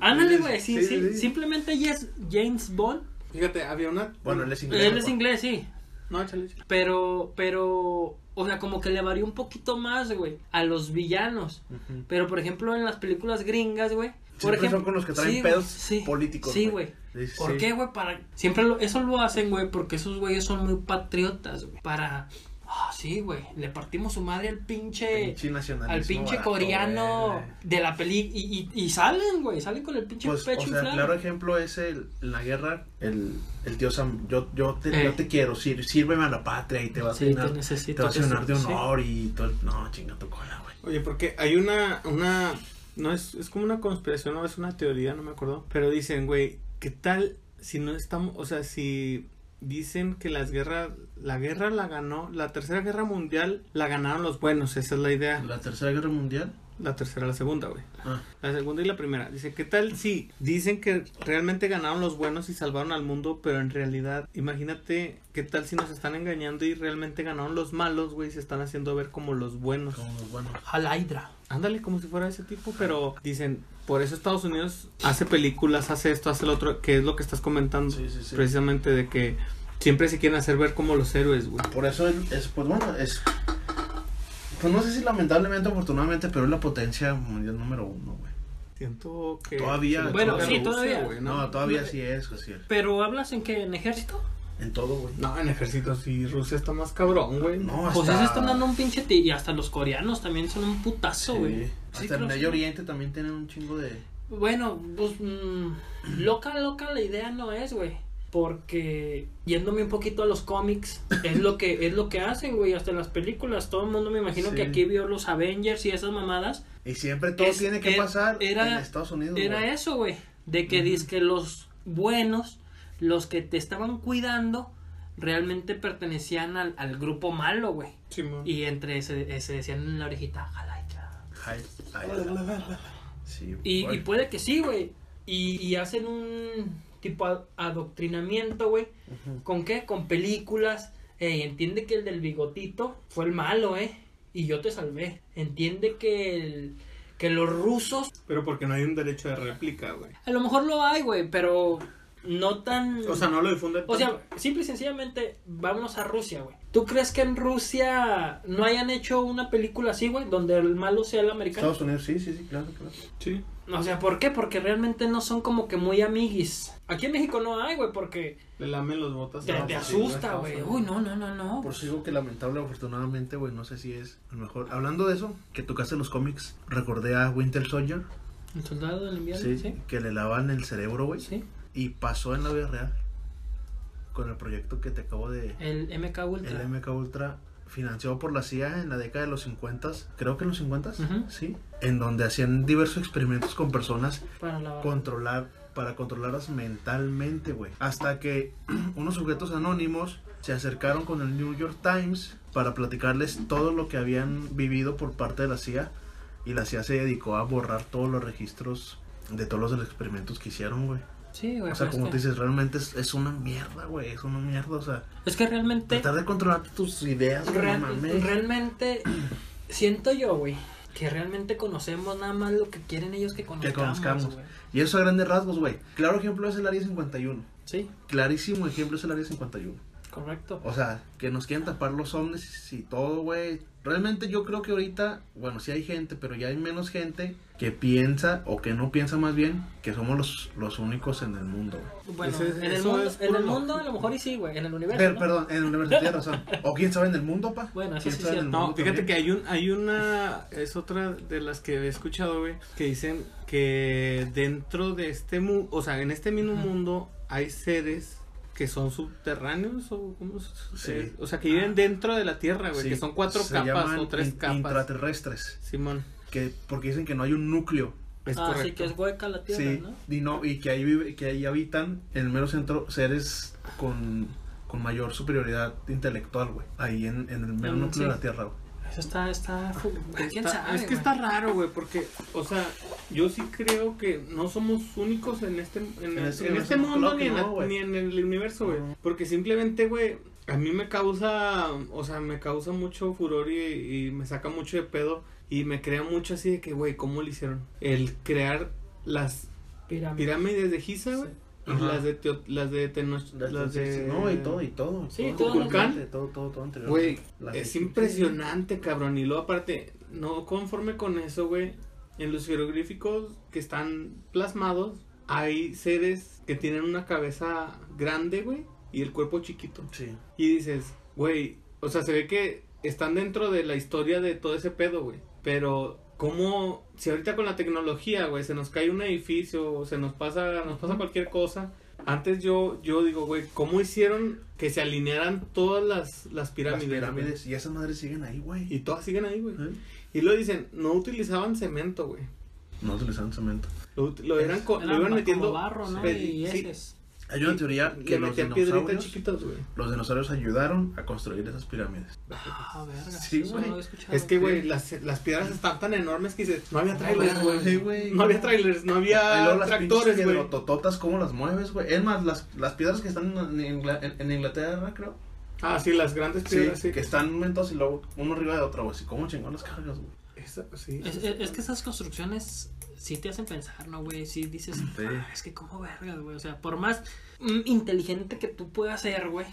S2: Ándale, güey.
S3: Sí,
S2: Sí,
S3: sí,
S2: sí.
S3: sí.
S2: Simplemente ella es James Bond.
S1: Fíjate, había una.
S3: Bueno, él es inglés.
S2: Él es inglés, sí.
S1: No, échale, échale.
S2: Pero, pero, o sea, como que le varió un poquito más, güey, a los villanos. Pero, por ejemplo, en las películas gringas, güey. Por
S3: Siempre
S2: ejemplo,
S3: son con los que traen
S2: sí, güey,
S3: pedos
S2: sí,
S3: políticos.
S2: Sí, güey.
S3: Sí, sí,
S2: ¿Por
S3: sí.
S2: qué, güey? Para... Siempre lo- eso lo hacen, güey, porque esos güeyes son muy patriotas, güey. Para... Ah, sí, güey. Le partimos su madre al pinche...
S3: Pinche nacionalismo
S2: al pinche
S3: barato,
S2: coreano
S3: güey.
S2: de la peli... Y, y, y salen, güey. Salen con el pinche
S3: Pues, o
S2: pecho
S3: sea,
S2: inflado.
S3: claro ejemplo es el, en la guerra, el, el tío Sam, yo, yo, te,
S2: Eh.
S3: yo te quiero, sir- sírveme a la patria y te vas a
S2: Sí,
S3: llenar,
S2: te necesito.
S3: te vas a llenar de
S2: sí.
S3: honor y todo el- No, chinga tu cola, güey.
S1: Oye, porque hay una, una, no es, es como una conspiración, no es una teoría, no me acuerdo, pero dicen, güey, ¿qué tal si no estamos, o sea, si dicen que las guerras, la guerra la ganó, la tercera guerra mundial la ganaron los buenos, esa es la idea,
S3: La tercera guerra mundial.
S1: la tercera, la segunda, güey,
S3: Ah,
S1: la segunda y la primera, dice, ¿qué tal si dicen que realmente ganaron los buenos y salvaron al mundo, pero en realidad, imagínate, ¿qué tal si nos están engañando y realmente ganaron los malos, güey, y se están haciendo ver como los buenos?
S3: como los buenos.
S2: Jalaidra.
S1: Ándale, como si fuera ese tipo, pero dicen, por eso Estados Unidos hace películas, hace esto, hace lo otro, que es lo que estás comentando,
S3: Sí, sí, sí.
S2: Pues,
S1: precisamente de que siempre se quieren hacer ver como los héroes, güey.
S3: Por eso es, es- pues bueno, es. Pues no sé si lamentablemente o afortunadamente, pero es la potencia mundial número uno, güey.
S1: Siento que...
S3: Todavía,
S2: Bueno,
S3: sí,
S2: todavía.
S1: no,
S3: No, eh. todavía sí es, así es.
S2: Pero hablas en que en ejército.
S3: En todo, güey.
S1: No, en ejército sí, Rusia está más cabrón, güey.
S3: No, hasta.
S2: Pues eso están dando un pinche ti- y hasta los coreanos también son un putazo,
S3: Sí.
S2: güey.
S3: Hasta
S2: Sí,
S3: el
S2: creo,
S3: Medio
S2: sí.
S3: Oriente también tienen un chingo de.
S2: Bueno, pues mm, loca, loca la idea no es, güey. Porque yéndome un poquito a los cómics, es lo que es lo que hacen, güey, hasta en las películas. Todo el mundo me imagino
S3: Sí.
S2: que aquí vio los Avengers y esas mamadas.
S3: Y siempre todo
S2: Es-
S3: tiene que
S2: er-
S3: pasar
S2: era-
S3: en Estados Unidos.
S2: Era
S3: güey.
S2: eso, güey, de que dizque los buenos, los que te estaban cuidando, realmente pertenecían al, al grupo malo, güey.
S1: Simón.
S2: Y entre se, se decían en la orejita, jalaita.
S3: Ay, ay, sí,
S2: Y, pues-
S3: güey.
S2: y puede que sí, güey. Y, y hacen un tipo ad- adoctrinamiento, güey.
S3: Ujú.
S2: ¿Con qué? Con películas. Ey, entiende que el del bigotito fue el malo, ¿eh? Y yo te salvé. Entiende que, el, que los rusos...
S1: Pero porque no hay un derecho de réplica, güey.
S2: A lo mejor lo hay, güey, pero no tan...
S1: O sea, no lo difunde.
S2: O sea, simple y sencillamente, vámonos a Rusia, güey. ¿Tú crees que en Rusia no hayan hecho una película así, güey? Donde el malo sea el americano.
S3: Estados Unidos, sí, sí, sí, claro, claro.
S1: sí.
S2: O sea, ¿por qué? Porque realmente no son como que muy amiguis. Aquí en México no hay, güey, porque
S1: Le lamen los botas.
S2: te,
S1: No,
S2: te
S1: pues sí,
S2: asusta,
S1: Estados
S2: güey.
S1: Unidos.
S2: Uy, no, no, no, no.
S3: Por eso digo que lamentable, afortunadamente, güey, no sé si es el mejor. Hablando de eso, que tocaste los cómics, recordé a Winter Soldier,
S2: El soldado del invierno,
S3: sí,
S2: sí. ¿sí?
S3: que le lavan el cerebro, güey, y pasó en la vida real con el proyecto que te acabo de...
S2: El MK Ultra.
S3: El MK Ultra, financiado por la CIA en la década de los 50, creo que en los 50,
S2: Ujú.
S3: sí, en donde hacían diversos experimentos con personas
S2: Para la
S3: controlar para controlarlas mentalmente, güey. Hasta que unos sujetos anónimos se acercaron con el New York Times para platicarles todo lo que habían vivido por parte de la CIA y la CIA se dedicó a borrar todos los registros de todos los experimentos que hicieron, güey.
S2: Sí, güey.
S3: O sea,
S2: pues
S3: como
S2: es
S3: te
S2: que-
S3: dices, realmente es, es una mierda, güey. Es una mierda. O sea,
S2: Es que realmente.
S3: tratar de controlar tus ideas, güey.
S2: Real-
S3: no mames.
S2: realmente siento yo, güey, que realmente conocemos nada más lo que quieren ellos que conozcamos.
S3: conozcamos.
S2: güey.
S3: Y eso a grandes rasgos, güey. Claro ejemplo es el área 51.
S2: Sí,
S3: Clarísimo ejemplo es el área 51.
S2: correcto.
S3: O sea, que nos quieren tapar los ovnis y todo, güey. Realmente yo creo que ahorita, bueno, sí hay gente, pero ya hay menos gente que piensa, o que no piensa más bien, que somos los, los únicos en el mundo. güey.
S2: Bueno,
S1: Ese-
S2: en el
S1: eso
S2: mundo,
S1: es
S2: en el
S1: puro
S2: mundo a
S1: lógico.
S2: lo mejor y sí, güey, en el universo.
S3: Pero,
S2: ¿no?
S3: Perdón, en el universo tienes razón. O quién sabe en el mundo, pa.
S2: Bueno, eso
S3: ¿Quién
S2: sí
S3: sabe
S2: es
S3: en el
S2: cierto.
S3: mundo
S1: No, fíjate
S3: también?
S1: que hay un, hay una, es otra de las que he escuchado, güey, que dicen que dentro de este mundo, o sea, en este mismo
S2: Ajá.
S1: mundo hay seres que son subterráneos o cómo se-
S3: Sí. Ah.
S1: eh, o sea, que viven dentro de la Tierra, güey,
S3: Sí,
S1: que son cuatro
S3: se
S1: capas
S3: llaman
S1: o tres
S3: in-
S1: capas.
S3: Intraterrestres.
S1: Simón,
S3: Que, porque dicen que no hay un núcleo.
S1: es
S2: ah, sí,
S1: correcto.
S2: que es hueca la tierra,
S3: sí,
S2: ¿no?
S3: y, no, y que, ahí vive- que ahí habitan en el mero centro seres con, con mayor superioridad intelectual, güey. Ahí en, en el mero
S2: Mm,
S3: núcleo de
S2: sí.
S3: la Tierra, güey.
S2: Eso está, está. fu- Pues, ¿Quién
S1: Está-
S2: sabe?
S1: es que
S2: güey?
S1: está raro, güey, porque, o sea, yo sí creo que no somos únicos en este, en el- en
S3: este
S1: este,
S3: universo,
S1: mundo
S3: claro
S1: ni,
S3: que
S1: en la-
S3: no, güey.
S1: ni en el universo, güey.
S3: No.
S1: Porque simplemente, güey, a mí me causa, o sea, me causa mucho furor y, y me saca mucho de pedo y me crea mucho así de que, güey, ¿cómo lo hicieron? El crear las
S2: Pirámide.
S1: pirámides de Giza, güey. y
S3: Ajá.
S1: Las de Teo- las de Tenoch- las de
S3: No, y todo, y todo.
S2: Sí,
S3: todo,
S2: todo,
S3: anteriormente, todo, todo, todo anterior.
S1: Güey,
S3: Las
S1: es
S3: de-
S1: impresionante, cabrón. Y luego, aparte, no conforme con eso, güey. En los jeroglíficos que están plasmados, hay seres que tienen una cabeza grande, güey, y el cuerpo chiquito.
S3: Sí.
S1: Y dices, güey, o sea, se ve que están dentro de la historia de todo ese pedo, güey. Pero, ¿cómo? Si ahorita con la tecnología, güey, se nos cae un edificio, o se nos pasa, nos pasa cualquier cosa. Antes yo, yo digo, güey, ¿cómo hicieron que se alinearan todas las, las
S3: Las
S1: pirámides? güey?
S3: pirámides. Y esas madres siguen ahí, güey.
S1: Y todas siguen ahí, güey.
S3: ¿Eh?
S1: Y lo dicen, no utilizaban cemento, güey.
S3: No utilizaban cemento.
S1: Lo, ut- lo eran co-
S2: Era
S1: lo iban
S2: como
S1: metiendo
S2: barro, ¿no?
S1: pe-
S2: Y
S1: sí,
S2: heces.
S3: Hay una teoría
S1: le
S3: que los
S1: metían piedritas
S3: dinosaurios,
S1: chiquitas, güey.
S3: los dinosaurios ayudaron a construir esas pirámides.
S2: Ah, verga.
S3: Sí,
S2: eso
S3: güey.
S2: no lo he escuchado.
S1: Es que, güey, las, las piedras están tan enormes que dices, no había trailers, güey.
S3: Sí, güey.
S1: No había trailers, no
S3: Y luego
S1: había
S3: las
S1: tractores,
S3: pinches
S1: güey.
S3: piedrotototas, ¿cómo las mueves, güey? Es más, las, las piedras que están en, Ingla- en- en Inglaterra, creo.
S1: Ah, sí, las grandes
S3: Sí,
S1: piedras, sí.
S3: que están momentos y luego uno arriba de otro, güey. Así, ¿Cómo chingón las cargas, güey?
S1: Esa- sí.
S2: Es, es- es que esas construcciones sí te hacen pensar, ¿no, güey? Sí dices,
S3: Sí.
S2: "Ah, es que como vergas, güey. O sea, por más mm, inteligente que tú puedas ser, güey,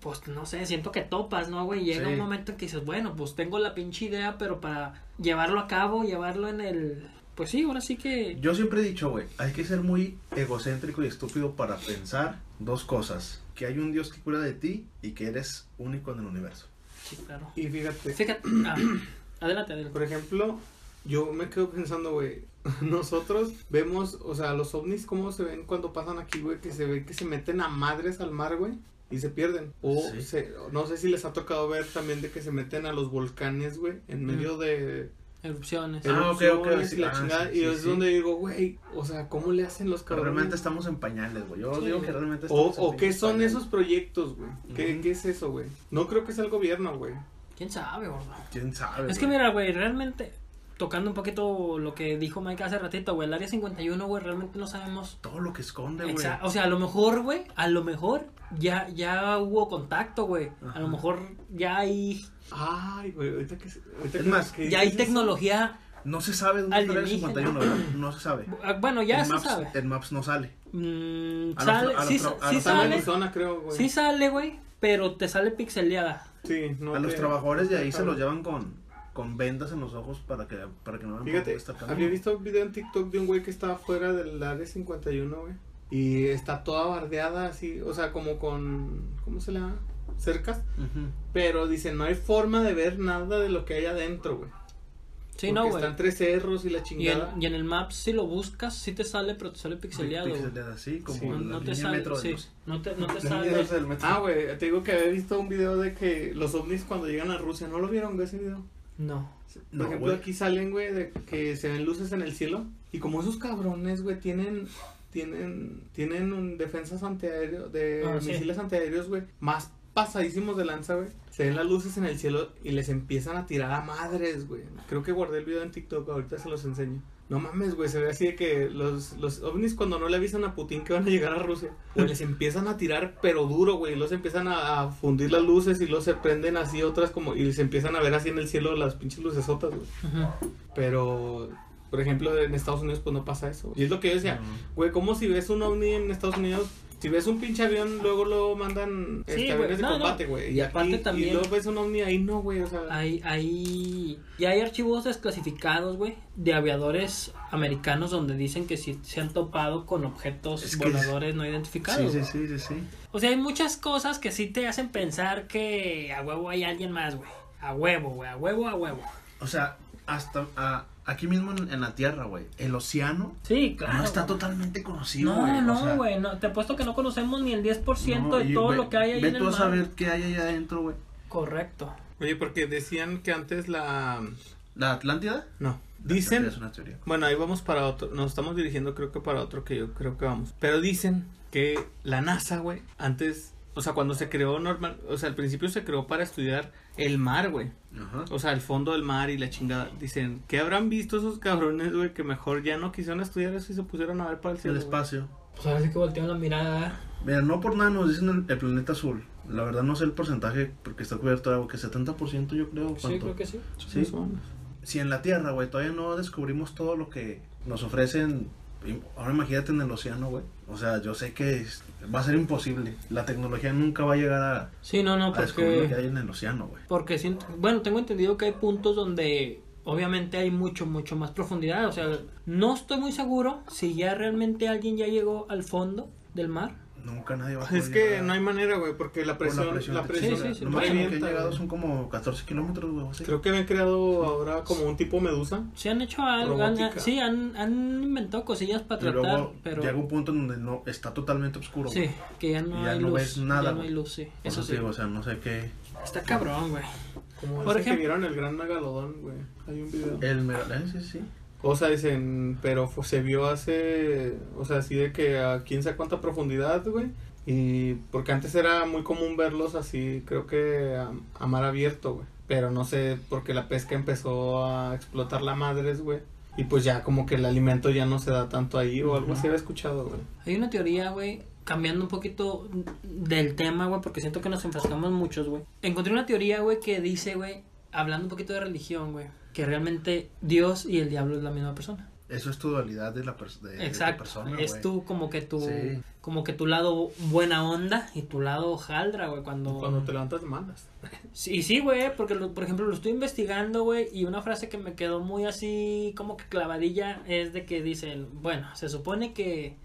S2: pues no sé, siento que topas, ¿no, güey? Llega
S3: Sí.
S2: un momento en que dices, bueno, pues tengo la pinche idea, pero para llevarlo a cabo, llevarlo en el. Pues sí, ahora sí que.
S3: Yo siempre he dicho, güey, hay que ser muy egocéntrico y estúpido para pensar dos cosas. Que hay un Dios que cura de ti y que eres único en el universo.
S2: Sí, claro.
S1: Y fíjate,
S2: Fíjate. ah, adelante, adelante.
S1: por ejemplo, yo me quedo pensando, güey, nosotros vemos, o sea, los ovnis, ¿cómo se ven cuando pasan aquí, güey? Que se ve que se meten a madres al mar, güey. Y se pierden. O
S3: Sí.
S1: se- no sé si les ha tocado ver también de que se meten a los volcanes, güey.
S2: Mm.
S1: En medio de
S2: Erupciones.
S3: Ah, ok, ok,
S1: erupciones
S3: sí,
S1: y la
S3: ah,
S1: chingada.
S3: sí,
S1: y
S3: sí,
S1: es
S3: sí.
S1: donde digo, güey, o sea, ¿cómo le hacen los cabrones?
S3: Realmente estamos en pañales, güey. Yo
S2: Sí,
S3: digo
S2: güey.
S3: que realmente
S1: O,
S3: estamos en
S1: o qué
S3: pinches
S1: son
S3: pañales.
S1: esos proyectos, güey. ¿Qué,
S3: Ujú.
S1: qué es eso, güey? No creo que sea el gobierno, güey.
S2: ¿Quién sabe, gordo?
S3: ¿Quién sabe?
S2: Es que
S3: güey?
S2: mira, güey, realmente, tocando un poquito lo que dijo Mike hace ratito, güey, el área 51, güey, realmente no sabemos.
S3: Todo lo que esconde, güey.
S2: exa- O sea, a lo mejor, güey, a lo mejor ya, ya hubo contacto, güey. A
S3: Ajá.
S2: lo mejor ya hay,
S1: Ay, güey, ahorita que... se- Ahorita
S3: Es
S1: que-
S3: más,
S1: que
S2: ya hay
S1: dices eso.
S2: tecnología.
S3: No se sabe dónde está el área
S2: Alienígena.
S3: 51, ¿verdad? No se sabe.
S2: ah, Bueno, ya
S3: en
S2: se
S3: Maps,
S2: sabe.
S3: En Maps no sale.
S2: Mm,
S3: A los-
S2: sale-
S3: a los
S2: sí, sí
S3: tra- a los
S1: Está en
S2: sale,
S3: trabajos.
S1: Arizona, creo, güey.
S2: sí sale, güey, pero te sale pixeleada.
S1: Sí, no
S3: a los
S1: te-
S3: trabajadores de ahí se
S1: Ajá.
S3: los llevan con, con vendas en los ojos para que, para que no vean por dónde
S1: Fíjate,
S3: está el camino.
S1: había visto un video en TikTok de un güey que estaba fuera del área 51, güey. Y está toda bardeada así, o sea, como con... ¿Cómo se le llama? Cercas.
S3: Ujú.
S1: Pero dice, no hay forma de ver nada de lo que hay adentro, güey.
S2: Sí,
S1: Porque
S2: no, güey.
S1: Están tres cerros y la
S2: Y
S1: chingada.
S2: en, y en el map, si lo buscas, sí te sale, pero te sale pixeleado. güey.
S3: Pixeleado, así como
S1: Sí.
S2: No,
S3: la
S2: no te
S3: línea
S2: sale,
S3: metro de
S2: sí,
S3: los-
S2: no te, no te
S3: la
S2: sale.
S3: línea esa del metro.
S1: Ah, güey, te digo que había visto un video de que los ovnis cuando llegan a Rusia, ¿no lo vieron güey, ese video?
S2: No.
S1: Por
S3: No,
S1: ejemplo,
S3: güey.
S1: aquí salen, güey, de que se ven luces en el cielo y como esos cabrones, güey, tienen tienen tienen un defensas antiaéreos de
S2: Ah, sí.
S1: misiles antiaéreos, güey, más pasadísimos de lanza, güey. Se ven las luces en el cielo y les empiezan a tirar a madres, güey. Creo que guardé el video en TikTok, ahorita se los enseño. No mames, güey, se ve así de que los, los ovnis cuando no le avisan a Putin que van a llegar a Rusia, güey, les empiezan a tirar pero duro, güey, y los empiezan a, a fundir las luces y los se prenden así otras como y se empiezan a ver así en el cielo las pinches lucesotas, güey.
S2: Ujú.
S1: Pero por ejemplo, en Estados Unidos pues no pasa eso. Y es lo que yo decía,
S2: Mm.
S1: güey, ¿cómo si ves un ovni en Estados Unidos? Si ves un pinche avión, luego lo mandan
S2: Sí,
S1: este,
S2: güey,
S1: aviones de
S2: no, no.
S1: combate, güey.
S2: Y aparte
S1: aquí-
S2: también-
S1: Y luego ves un ovni ahí, no, güey, o sea.
S2: Hay, hay, y hay archivos desclasificados, güey, de aviadores americanos donde dicen que sí se han topado con objetos
S3: Es que-
S2: voladores no identificados.
S3: sí,
S2: güey.
S3: sí, sí, sí, sí.
S2: O sea, hay muchas cosas que sí te hacen pensar que a huevo hay alguien más, güey. A huevo, güey, a huevo, a huevo.
S3: O sea, hasta ah, aquí mismo en, en la Tierra, güey. El océano
S2: Sí, claro.
S3: no está
S2: güey.
S3: totalmente conocido,
S2: No,
S3: güey. o sea,
S2: no, güey, no, te apuesto que no conocemos ni el 10%
S3: no,
S2: de
S3: y
S2: todo
S3: ve-
S2: lo que hay ahí
S3: Ve
S2: en el
S3: tú a
S2: mar.
S3: saber qué hay ahí adentro, güey.
S2: Correcto.
S1: Oye, porque decían que antes la
S3: ¿La Atlántida?
S1: no,
S3: La Atlántida
S1: dicen
S3: Es una teoría.
S1: Bueno, ahí vamos para otro. Nos estamos dirigiendo, creo que para otro que yo creo que vamos. Pero dicen que la NASA, güey, antes, o sea, cuando se creó normal, o sea, al principio se creó para estudiar el mar, güey.
S3: Ajá.
S1: O sea, el fondo del mar y la chingada. Dicen, ¿qué habrán visto esos cabrones, güey? Que mejor ya no quisieron estudiar eso y se pusieron a ver para el cielo.
S3: El
S1: güey?
S3: espacio.
S2: Pues ahora sí que voltearon la mirada.
S3: Mira, no por nada nos dicen el, el planeta azul. La verdad no sé el porcentaje porque está cubierto de agua, que 70% yo creo.
S2: Sí,
S3: ¿cuánto?
S2: creo que sí.
S3: Sí.
S1: Más o menos.
S3: Si en la Tierra, güey, todavía no descubrimos todo lo que nos ofrecen, im- ahora imagínate en el océano, güey. O sea, yo sé que es- va a ser imposible. La tecnología nunca va a llegar a, a
S2: Sí, no, no,
S3: descubrir lo que
S2: porque...
S3: hay en el océano, güey.
S2: Porque, siento- bueno, tengo entendido que hay puntos donde obviamente hay mucho, mucho más profundidad. O sea, no estoy muy seguro si ya realmente alguien ya llegó al fondo del mar.
S3: Nunca nadie va a
S1: Es
S3: poder
S1: que
S3: llegar
S1: no hay manera, güey, porque la
S3: por
S1: presión, la presión,
S3: presión.
S2: sí, sí, sí,
S3: Lo máximo que he
S1: revienta,
S3: llegado
S1: güey.
S3: son como 14 kilómetros, güey. o así.
S1: Creo que habían creado ahora como un tipo medusa.
S2: Se han hecho algo, han-
S1: Robótica.
S2: sí, han, han inventado cosillas para
S3: Y
S2: tratar,
S3: luego
S2: pero...
S3: llega un punto en donde no está totalmente oscuro.
S2: Sí,
S3: güey.
S2: que ya no
S3: Y ya
S2: hay
S3: no
S2: luz.
S3: ves nada,
S2: ya no
S3: güey.
S2: hay luz, sí.
S3: Por
S2: Eso
S3: te
S2: sí.
S3: digo, O sea, no sé qué.
S2: Está cabrón, güey.
S1: Como
S2: Por
S1: ese que
S2: ejemplo-
S1: vieron el gran megalodón, güey. Hay un video.
S3: El mega- eh, sí, sí.
S1: O sea, dicen, pero fu- se vio hace, o sea, así de que a quién sabe cuánta profundidad, güey. Y porque antes era muy común verlos así, creo que a, a mar abierto, güey. Pero no sé, porque la pesca empezó a explotar la madres, güey. Y pues ya como que el alimento ya no se da tanto ahí o algo así había escuchado, güey.
S2: Hay una teoría, güey, cambiando un poquito del tema, güey, porque siento que nos enfrascamos muchos, güey. Encontré una teoría, güey, que dice, güey, hablando un poquito de religión, güey, que realmente Dios y el diablo es la misma persona.
S3: Eso es tu dualidad de la, pers- Eh, de, de tu
S2: Exacto.
S3: persona.
S2: es
S3: güey.
S2: tú como que tu
S3: Sí.
S2: como que tu lado buena onda y tu lado jaldra, güey, cuando
S1: Cuando te levantas mandas.
S2: Sí, y sí, güey, porque lo- por ejemplo lo estoy investigando, güey, y una frase que me quedó muy así como que clavadilla es de que dicen, bueno, se supone que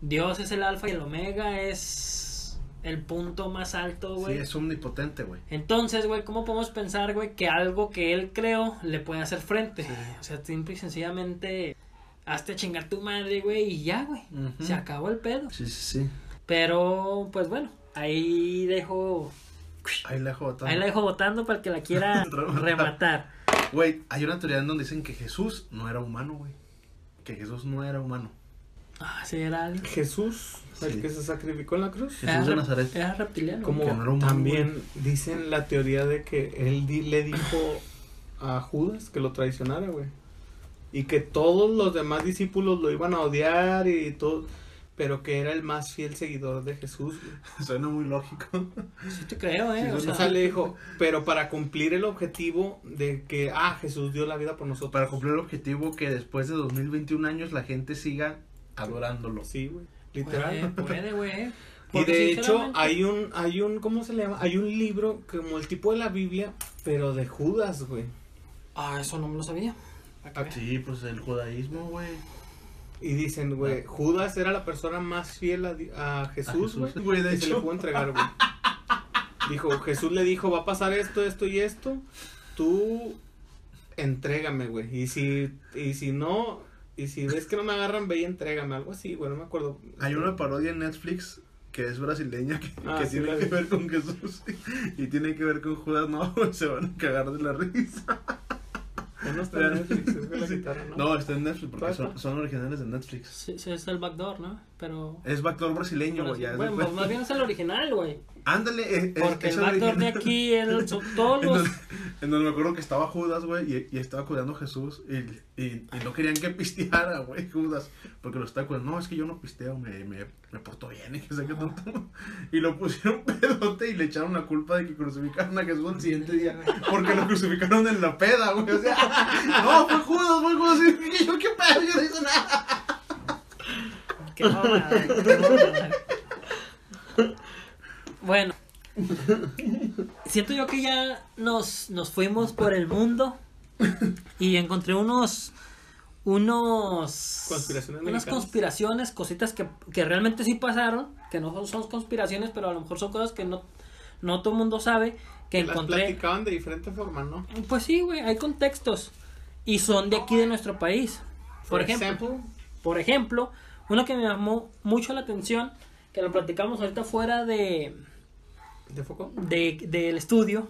S2: Dios es el alfa y el omega, es el punto más alto,
S3: Sí,
S2: güey.
S3: es omnipotente, güey.
S2: Entonces, güey, ¿cómo podemos pensar, güey, que algo que él creó le puede hacer frente?
S3: Sí.
S2: O sea, simple y sencillamente, hazte a chingar tu madre, güey, y ya, güey.
S3: Ujú.
S2: Se acabó el pedo.
S3: Sí, sí, sí.
S2: Pero, pues bueno, ahí dejo
S3: Ahí la jota.
S2: Ahí la dejo votando para el que la quiera rematar.
S3: Güey, hay una teoría en donde dicen que Jesús no era humano, güey. Que Jesús no era humano.
S2: Ah, sí, era alguien.
S1: Jesús,
S3: Sí.
S1: el que se sacrificó en la cruz.
S3: Jesús
S2: Era
S3: de
S2: rep-
S3: Nazaret.
S2: Era reptiliano.
S1: Como
S3: Que no era humano,
S1: también dicen la teoría de que él di- le dijo a Judas que lo traicionara, güey. Y que todos los demás discípulos lo iban a odiar y todo. Pero que era el más fiel seguidor de Jesús. güey.
S3: Suena muy lógico.
S2: Sí te creo, eh. o
S1: O
S2: sea,
S1: sea, le dijo, pero para cumplir el objetivo de que, ah, Jesús dio la vida por nosotros.
S3: Para cumplir el objetivo que después de 2021 años la gente siga adorándolo.
S1: Sí, güey.
S2: puede,
S1: Literal.
S2: puede, güey. pues,
S1: Y
S2: Porque
S1: de hecho,
S2: sinceramente-
S1: hay un, hay un, ¿cómo se le llama? Hay un libro como el tipo de la Biblia, pero de Judas, güey.
S2: Ah, eso no me lo sabía. Ah, Pa' que veas.
S3: Sí, pues el judaísmo, güey.
S1: Y dicen, güey,
S3: Ah.
S1: Judas era la persona más fiel a, di- a Jesús, güey.
S3: Jesús. Güey, de
S1: que se le
S3: hecho.
S1: pudo entregar, güey. Dijo, Jesús le dijo, va a pasar esto, esto y esto. Tú entrégame, güey. Y si, y si no, y si ves que no me agarran, ve y entrégame. Algo así, güey, no me acuerdo.
S3: Hay una parodia en Netflix que es brasileña que,
S1: Ah,
S3: que
S1: sí,
S3: tiene
S1: la
S3: que
S1: vi.
S3: ver con Jesús y tiene que ver con Judas. No, güey, se van a cagar de la risa.
S1: Ya No está en Netflix, es que la
S3: Sí.
S1: quitaron, ¿no?
S3: No, está en Netflix porque
S1: ¿Cuál
S3: son,
S1: está?
S3: son originales de Netflix.
S2: Sí, sí, es el backdoor, ¿no? Pero.
S3: Es backdoor brasileño,
S2: pero
S3: güey.
S2: sí,
S3: ya, haz de
S2: bueno,
S3: cuenta.
S2: más bien es el original, güey.
S3: Ándale, es, es-
S2: Porque
S3: es
S2: el backdoor de
S3: original.
S2: aquí es el- son todos
S3: En donde,
S2: los.
S3: en donde me acuerdo que estaba Judas, güey, y, y estaba cuidando a Jesús. Y, y- y no querían que pisteara, güey, Judas. Porque lo estaba cuidando. No, es que yo no pisteo, me, me, me porto bien. Y, que sé qué tanto. y lo pusieron pedote y le echaron la culpa de que crucificaron a Jesús el siguiente día. Porque lo crucificaron en la peda, güey. O sea, no, fue Judas, fue Judas. Y yo, qué pedo, yo no hice nada.
S2: Qué mamada, qué mamada. Bueno. Siento yo que ya nos, nos fuimos por el mundo y encontré unos unos
S1: Conspiraciones
S2: unas
S1: mexicanas.
S2: conspiraciones, cositas que, que realmente sí pasaron, que no son, son conspiraciones, pero a lo mejor son cosas que no no todo el mundo sabe que
S1: Las
S2: encontré.
S1: platicaban de diferente forma, ¿no?
S2: Pues sí, güey, hay contextos y son de aquí de nuestro país. Por ejemplo, por ejemplo, una que me llamó mucho la atención, que lo platicamos ahorita fuera de,
S1: ¿De foco?
S2: de- del estudio,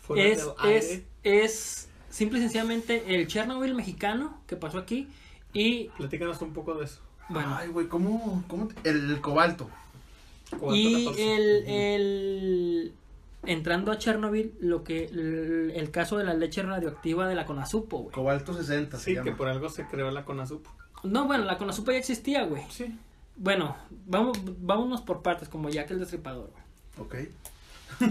S1: Fuera
S2: es,
S1: del
S2: es,
S1: aire.
S2: es simple y sencillamente el Chernobyl mexicano que pasó aquí y,
S1: Platícanos un poco de eso.
S2: bueno,
S3: Ay, güey, ¿cómo? cómo te- el, el cobalto.
S1: Cuatro,
S2: y
S1: catorce.
S2: el, eh, el- entrando a Chernobyl, lo que, el, el caso de la leche radioactiva de la Conasupo, güey.
S3: Cobalto 60, se
S1: Sí,
S3: llama.
S1: que por algo se creó la CONASUP.
S2: No, bueno, la Conasupo ya existía, güey.
S1: Pues Sí.
S2: Bueno, vamos, vámonos por partes, como Jack el Destripador, güey.
S3: Ok.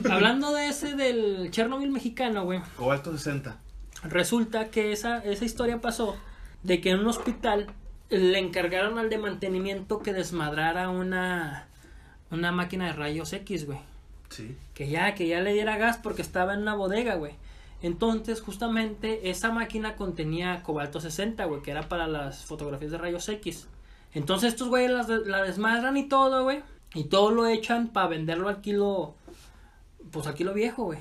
S2: Hablando de ese del Chernobyl mexicano, güey,
S3: Cobalto 60.
S2: resulta que esa, esa historia pasó de que en un hospital le encargaron al de mantenimiento que desmadrara una, una máquina de rayos X, güey.
S3: Sí.
S2: Que ya, que ya le diera gas porque estaba en una bodega, güey. Entonces, justamente, esa máquina contenía cobalto 60, güey, que era para las fotografías de rayos X. Entonces, estos güeyes las de- la desmadran y todo, güey. Y todo lo echan para venderlo al kilo, pues al kilo viejo, güey.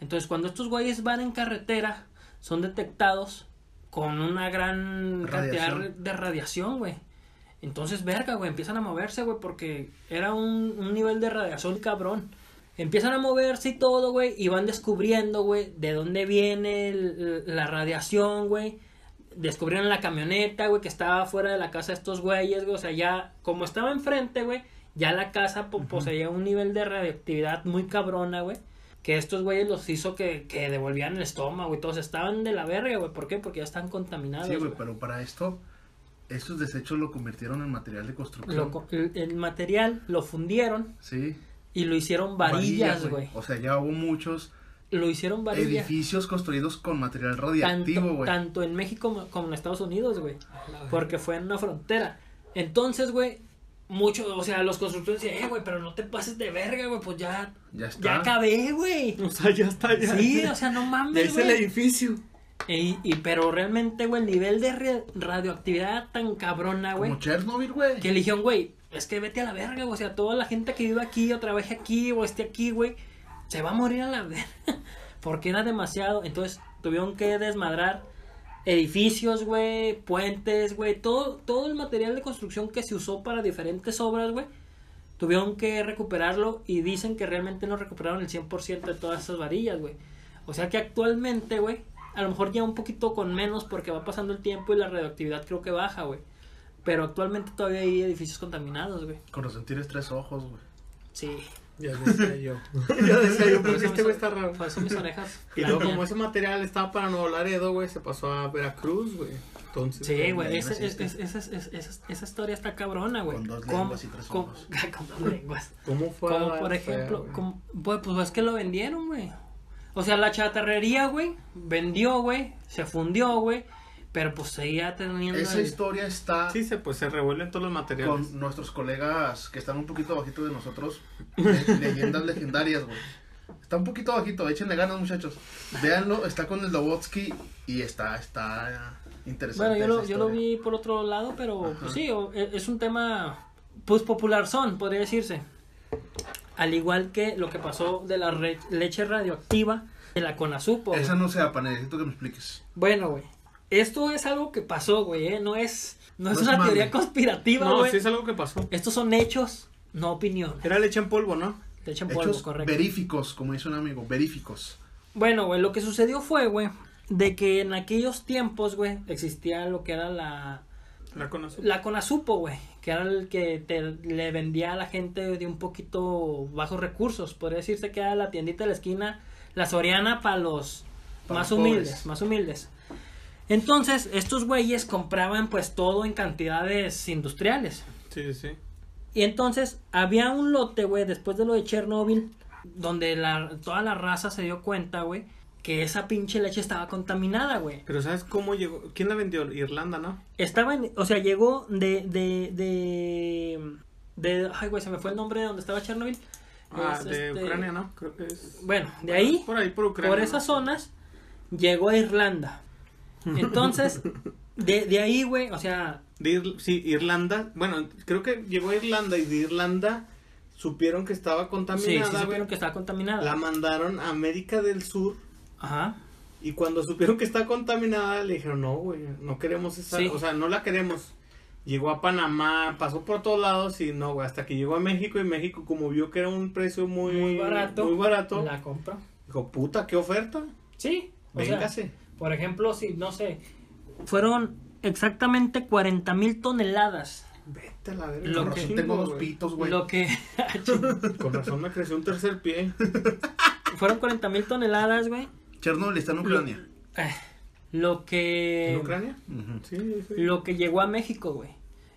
S2: Entonces, cuando estos güeyes van en carretera, son detectados con una gran cantidad
S3: Radiación.
S2: de radiación, güey. Entonces, verga, güey, empiezan a moverse, güey, porque era un, un nivel de radiación cabrón. Empiezan a moverse y todo, güey, y van descubriendo, güey, de dónde viene el- la radiación, güey. Descubrieron la camioneta, güey, que estaba fuera de la casa de estos güeyes, güey. O sea, ya, como estaba enfrente, güey, ya la casa po- poseía un nivel de radioactividad muy cabrona, güey. Que estos güeyes los hizo que, que devolvieran el estómago y todos estaban de la verga, güey. ¿Por qué? Porque ya están contaminados.
S3: Sí, güey,
S2: güey.
S3: pero para esto, estos desechos lo convirtieron en material de construcción.
S2: Lo co- el, el material lo fundieron
S3: Sí.
S2: y lo hicieron varillas, güey.
S3: O sea, ya hubo muchos
S2: Lo hicieron varillas.
S3: edificios construidos con material
S2: tanto,
S3: radiactivo, güey.
S2: tanto en México como, como en Estados Unidos, güey. Porque fue en una frontera. Entonces, güey, muchos, o sea, los constructores decían, eh, güey, pero no te pases de verga, güey, pues ya,
S3: Ya
S2: ya
S3: está.
S2: acabé, güey.
S1: O sea, ya está. Ya,
S2: Sí, o sea, no
S1: ya
S2: mames,
S1: hice el
S2: güey.
S1: edificio.
S2: Ey, Y, pero realmente, güey, el nivel de re- radioactividad tan cabrona, güey.
S3: Como Chernobyl, güey.
S2: Que le dijeron, güey, es que vete a la verga, güey. O sea, toda la gente que vive aquí o trabaje aquí o esté aquí, güey, se va a morir a la verga. Porque era demasiado. Entonces tuvieron que desmadrar edificios, güey, puentes, güey. Todo, todo el material de construcción que se usó para diferentes obras, güey. Tuvieron que recuperarlo y dicen que realmente no recuperaron el 100% de todas esas varillas, güey. O sea que actualmente, güey, a lo mejor ya un poquito con menos porque va pasando el tiempo y la radioactividad creo que baja, güey. Pero actualmente todavía hay edificios contaminados, güey.
S3: Con los sentires tres ojos, güey.
S2: Sí.
S1: Ya decía yo. ya decía yo,
S2: Por
S1: pero
S2: eso
S1: que este
S2: mis-
S1: güey está raro.
S2: Por eso mis orejas.
S1: Y luego,
S2: flaquean.
S1: como ese material estaba para Nuevo Laredo, güey, se pasó a Veracruz, güey. Entonces.
S2: Sí, güey,
S3: ahí
S2: esa,
S3: naciste.
S2: es- es- es- es- es- esa historia está cabrona, güey.
S3: Con dos
S2: ¿Cómo-
S3: lenguas y tres
S2: cómo-
S3: ojos.
S2: Con dos lenguas.
S1: ¿Cómo fue?
S2: Como
S1: la-
S2: por
S1: fue,
S2: ejemplo,
S1: güey?
S2: como- pues, pues es que lo vendieron, güey. O sea, la chatarrería, güey, vendió, güey, se fundió, güey, pero pues seguía teniendo...
S3: Esa
S2: el-
S3: historia está
S1: Sí, se, pues se revuelven todos los materiales.
S3: con nuestros colegas que están un poquito bajito de nosotros. le- leyendas legendarias, güey. Está un poquito bajito, échenle ganas, muchachos. Véanlo, está con el Lobotsky y está, está interesante.
S2: Bueno, yo lo,
S3: esa
S2: yo lo vi
S3: historia.
S2: por otro lado, pero pues, sí, o- e- es un tema, pues popular son, podría decirse. Al igual que lo que pasó de la re- leche radioactiva de la Conasupo. güey.
S3: Esa no se apa, necesito que me expliques.
S2: Bueno, güey. Esto es algo que pasó, güey, ¿eh? No es, no
S3: No
S2: es
S3: es
S2: una
S3: mame.
S2: teoría conspirativa,
S1: no,
S2: güey.
S1: sí es algo que pasó.
S2: Estos son hechos, no opiniones.
S1: Era leche en polvo, ¿no?
S2: Leche en polvo,
S3: Hechos
S2: correcto.
S3: veríficos, como dice un amigo, veríficos.
S2: Bueno, güey, lo que sucedió fue, güey, de que en aquellos tiempos, güey, existía lo que era la,
S1: La conozco.
S2: La Conasupo, güey, que era el que te- le vendía a la gente de un poquito bajos recursos. Podría decirse que era la tiendita de la esquina, la Soriana para los
S3: Para
S2: más
S3: los
S2: humildes,
S3: pobres.
S2: más humildes. Entonces, estos güeyes compraban pues todo en cantidades industriales.
S1: Sí, sí, sí.
S2: Y entonces había un lote, güey, después de lo de Chernobyl, donde la, toda la raza se dio cuenta, güey, que esa pinche leche estaba contaminada, güey.
S1: Pero ¿sabes cómo llegó? ¿Quién la vendió? Irlanda, ¿no?
S2: Estaba en, o sea, llegó de, de, de, de, ay, güey, se me fue el nombre de donde estaba Chernobyl.
S1: Ah,
S2: Es,
S1: de
S2: este,
S1: Ucrania, ¿no? Creo que es...
S2: Bueno, de ahí,
S1: Por ahí, por Ucrania.
S2: por esas zonas, llegó a Irlanda. Entonces, de, de ahí, güey, o sea,
S1: De Ir- sí, Irlanda. Bueno, creo que llegó a Irlanda y de Irlanda supieron que estaba
S2: sí, sí
S1: contaminada, güey.
S2: supieron que estaba contaminada.
S1: La mandaron a América del Sur
S2: Ajá.
S1: y cuando supieron que está contaminada le dijeron, no, güey, no queremos esa,
S2: Sí.
S1: o sea, no la queremos. Llegó a Panamá, pasó por todos lados y no, güey, hasta que llegó a México y México como vio que era un precio muy,
S2: Muy barato.
S1: muy barato,
S2: La compró.
S1: dijo, puta, qué oferta,
S2: Sí. o sea,
S1: véngase.
S2: Por ejemplo, si, no sé, fueron exactamente 40 mil toneladas.
S1: Vete a la verga.
S2: Lo
S3: Con
S1: un
S2: que-
S3: razón
S1: chingo,
S3: tengo dos
S1: güey.
S3: pitos, güey.
S2: Lo que...
S1: Con razón me creció un tercer pie.
S2: fueron 40 mil toneladas, güey.
S3: Chernobyl está en Ucrania.
S2: Eh, Lo que...
S1: ¿En Ucrania?
S3: Ujú.
S1: Sí, sí.
S2: Lo que llegó a México, güey.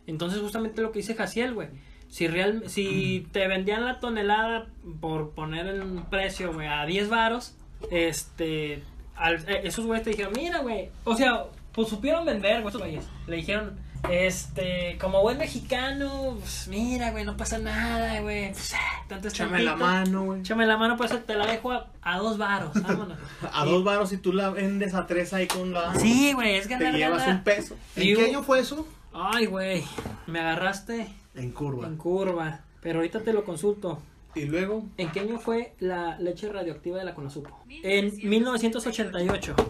S2: Entonces, justamente lo que dice Jaciel, güey. Si, real, si te vendían la tonelada por poner el precio, güey, a 10 varos, este, al- eh, esos güeyes te dijeron, mira, güey, o sea, pues supieron vender, güey, esos güeyes. Le dijeron, este, como buen mexicano, pues, mira, güey, no pasa nada, güey. Pues, ah, tanto es
S1: Échame la
S2: tantito.
S1: mano, güey.
S2: Échame la mano, pues te la dejo a, a dos varos, vámonos.
S1: A dos varos y tú la vendes a tres ahí con la...
S2: Sí, güey, es
S1: Te
S2: ganar,
S1: llevas
S2: ganar.
S1: un peso.
S2: Y
S3: ¿En qué
S2: un-
S3: año fue eso?
S2: Ay, güey, me agarraste
S3: En curva.
S2: en curva. Pero ahorita te lo consulto.
S1: Y luego...
S2: ¿En qué año fue la leche radioactiva de la Conazupo? En 1988.
S1: ¿En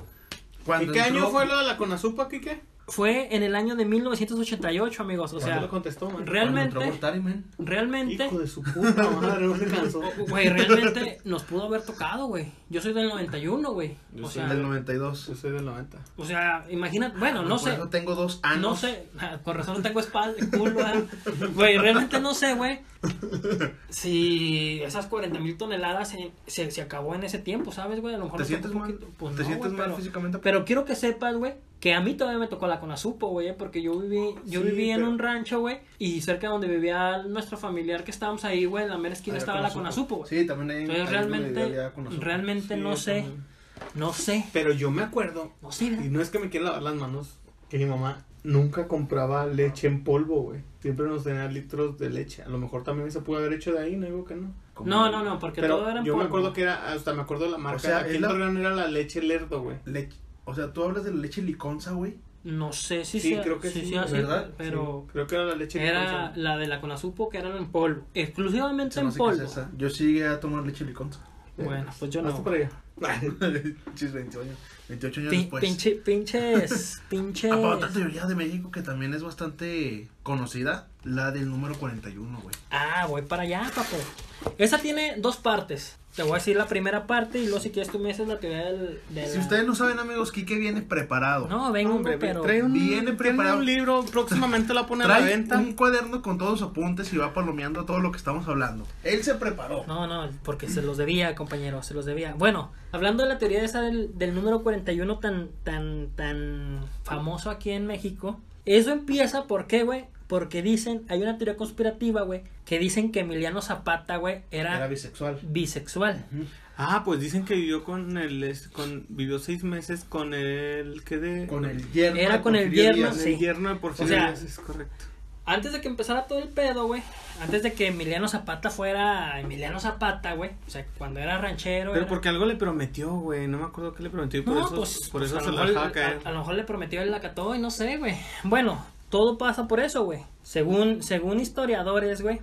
S3: Cuando
S1: qué año
S3: entró-
S1: fue lo de la Conazupa, Kike?
S2: Fue en el año de 1988, amigos. O
S1: O sea,
S2: sea,
S1: lo contestó, man.
S3: Cuando entró
S2: realmente,
S3: Gortari, men.
S2: realmente,
S1: Hijo de su puta madre, no se cansó.
S2: oh, güey, realmente nos pudo haber tocado, güey. Yo soy del 91, güey.
S1: Yo
S2: O
S1: soy
S2: sea,
S3: Del 92.
S1: Yo soy del 90.
S2: o sea, imagínate, bueno, no
S3: Por
S2: sé.
S3: eso tengo dos años.
S2: No sé, ah, con razón no tengo espalda, culo, ¿verdad? güey, realmente no sé, güey, si esas 40 mil toneladas se, se, se acabó en ese tiempo, ¿sabes, güey? A lo mejor
S3: ¿Te
S2: nos
S3: sientes
S2: tocó
S3: mal?
S2: poquito, pues
S3: ¿Te
S2: no,
S3: sientes
S2: güey,
S3: mal
S2: pero-
S3: físicamente?
S2: Pero quiero que sepas, güey, que a mí todavía me tocó la Conazupo, güey, eh, porque yo viví, yo
S1: Sí,
S2: viví en
S1: pero-
S2: un rancho, güey, y cerca de donde vivía nuestro familiar que estábamos ahí, güey, en la mera esquina
S3: Allá
S2: estaba
S3: con
S2: la
S3: azúcar.
S2: Conazupo, güey.
S3: Ah, Sí, también hay.
S2: Entonces
S3: hay uno de
S2: realmente,
S3: allá con azúcar.
S2: realmente no
S1: Sí,
S2: sé,
S1: también.
S2: no sé,
S1: Pero yo me acuerdo,
S2: no sé, ¿verdad?
S1: y no es que me quiera lavar las manos, que mi mamá nunca compraba leche en polvo, güey. Siempre nos tenía litros de leche. A lo mejor también se pudo haber hecho de ahí, no digo que no.
S3: Como-
S2: No, no, no, porque
S1: Pero
S2: todo era en
S1: yo me
S2: polvo.
S1: acuerdo que era, hasta me acuerdo de la marca.
S3: sea,
S1: Aquí
S3: es
S1: en
S3: la-
S1: Torreón era la leche Lerdo, güey.
S3: Leche- O sea, tú hablas de la leche liconza, güey.
S2: No sé si
S1: Sí,
S2: sea-
S1: creo que
S2: si
S1: sí,
S2: sea así,
S3: ¿verdad?
S2: pero
S1: Sí, creo que era la leche
S2: era
S1: Liconza.
S2: la de la Conazupo que eran en polvo, exclusivamente
S3: Se me
S2: en
S3: hace que es
S2: polvo.
S3: esa. Yo sí llegué a tomar leche liconza.
S2: Bueno, pues yo
S1: Hazte
S2: no.
S1: para allá.
S3: Chis, 28 años. 28 años
S2: Pin-
S3: después.
S2: pinche, pinches, pinches.
S3: Ah, para otra teoría de México que también es bastante conocida, la del número 41, güey.
S2: Ah, voy para allá, papo. Esa tiene dos partes. Te voy a decir la primera parte y luego si quieres tú me haces la teoría del. de
S3: Si
S2: la-
S3: ustedes no saben, amigos, Quique viene preparado.
S2: No, vengo,
S1: Hombre,
S2: pero.
S1: trae un,
S3: Viene
S1: tiene
S3: preparado.
S1: un libro, próximamente la pone a la
S3: Trae
S1: venta.
S3: un cuaderno con todos los apuntes y va palomeando todo lo que estamos hablando. Él se preparó.
S2: No, no, porque se los debía, compañero, se los debía. Bueno, hablando de la teoría esa del, del número 41 tan, tan, tan famoso aquí en México, eso empieza, ¿por qué, güey? Porque dicen, hay una teoría conspirativa, güey, que dicen que Emiliano Zapata, güey, era,
S3: Era bisexual.
S2: bisexual.
S1: Ah, pues dicen que vivió con el, es- con, vivió seis meses con el, ¿qué de?
S3: Con el yerno.
S2: Era
S3: de
S2: con el
S3: Porfirio
S2: yerno,
S1: con
S3: Díaz.
S1: el
S2: sí.
S1: yerno de Porfirio
S2: O sea-
S1: Díaz, es correcto.
S2: Antes de que empezara todo el pedo, güey, antes de que Emiliano Zapata fuera Emiliano Zapata, güey, o sea, cuando era ranchero.
S1: Pero
S2: era-
S1: porque algo le prometió, güey, no me acuerdo qué le prometió y por
S2: No,
S1: eso,
S2: pues,
S1: por
S2: pues,
S1: eso
S2: a,
S1: se
S2: lo
S1: la dejaba
S2: mejor,
S1: caer.
S2: a- a lo mejor le prometió el lacató y no sé, güey. Bueno, todo pasa por eso, güey. Según, según historiadores, güey,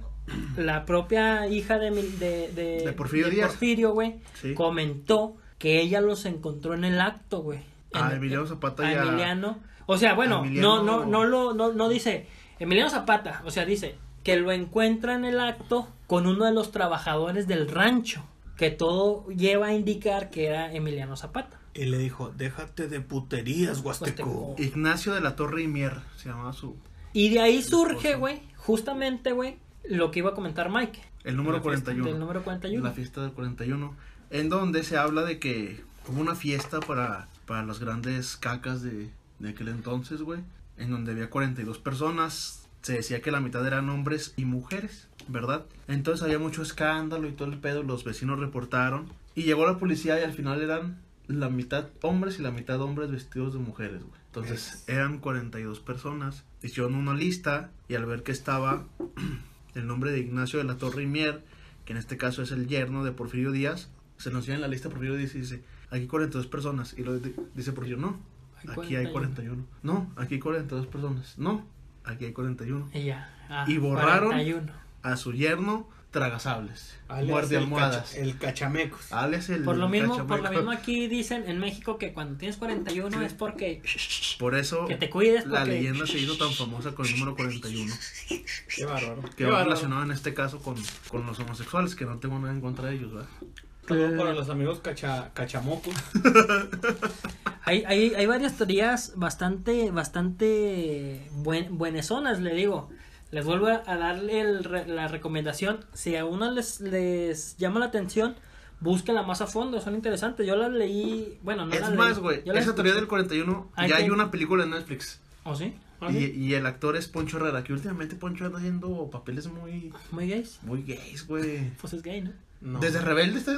S2: la propia hija de, mi- de, de,
S3: De Porfirio Díaz.
S2: Porfirio, güey,
S3: Sí.
S2: comentó que ella los encontró en el acto, güey.
S3: Ah,
S2: En-
S3: Emiliano Zapata
S2: a
S3: ya.
S2: Emiliano. O sea, bueno,
S3: a Emiliano-
S2: no, no, no lo, no, no dice Emiliano Zapata, o sea, dice que lo encuentra en el acto con uno de los trabajadores del rancho, que todo lleva a indicar que era Emiliano Zapata.
S1: Y le dijo, déjate de puterías, Huasteco.
S2: Huasteco.
S3: Ignacio de la Torre y Mier se llamaba su.
S2: Y de ahí surge, güey, Justamente, güey, lo que iba a comentar Mike. Este,
S3: El número
S1: La fiesta
S3: 41.
S2: Del número 41.
S3: La fiesta del 41. En donde se habla de que hubo una fiesta para, para las grandes cacas de, de aquel entonces, güey. En donde había 42 personas. Se decía que la mitad eran hombres y mujeres, ¿verdad? Entonces había mucho escándalo y todo el pedo. Los vecinos reportaron. Y llegó la policía y al final eran la mitad hombres y la mitad hombres vestidos de mujeres, güey. Entonces eran 42 personas. Hicieron una lista y al ver que estaba el nombre de Ignacio de la Torre y Mier, que en este caso es el yerno de Porfirio Díaz, se nos viene en la lista Porfirio Díaz y dice, aquí 42 personas. Y lo di- dice Porfirio, no, aquí hay 41. No, aquí hay 42 personas. No, aquí hay 41.
S2: Y ya. Ah,
S3: Y borraron.
S2: 41.
S3: A su yerno, tragasables.
S1: Alias
S3: Muerde
S1: el
S3: almohadas.
S1: cacha- el cachamecos.
S3: Alias el
S2: Por lo mismo, por lo
S3: cachamueco.
S2: mismo aquí dicen en México que cuando tienes 41 es porque
S3: Por eso
S2: que te cuides porque
S3: Oh, la leyenda se hizo tan famosa con el número 41.
S1: Qué bárbaro.
S3: Que va relacionado en este caso con, con los homosexuales, que no tengo nada en contra de ellos, ¿verdad?
S1: Saludo para los amigos cacha- cachamocos.
S2: Hay, hay, hay varias teorías bastante, bastante buen, buenesonas, le digo. Les vuelvo a darle el re- la recomendación. Si a uno les, les llama la atención, búsquenla más a fondo, son interesantes. Yo la leí, bueno, no la
S3: es
S2: leí.
S3: más, güey,
S2: Yo la
S3: esa teoría del
S2: escuché.
S3: 41,
S2: Hay
S3: ya hay
S2: que-
S3: una película en Netflix.
S2: ¿Oh, sí?
S1: ¿Ah,
S3: Y,
S1: sí?
S3: y el actor es Poncho Herrera, que últimamente Poncho anda haciendo papeles muy,
S2: ¿Muy gays?
S3: muy gays, güey.
S2: Pues es gay, ¿no?
S1: No.
S3: Desde Rebelde está...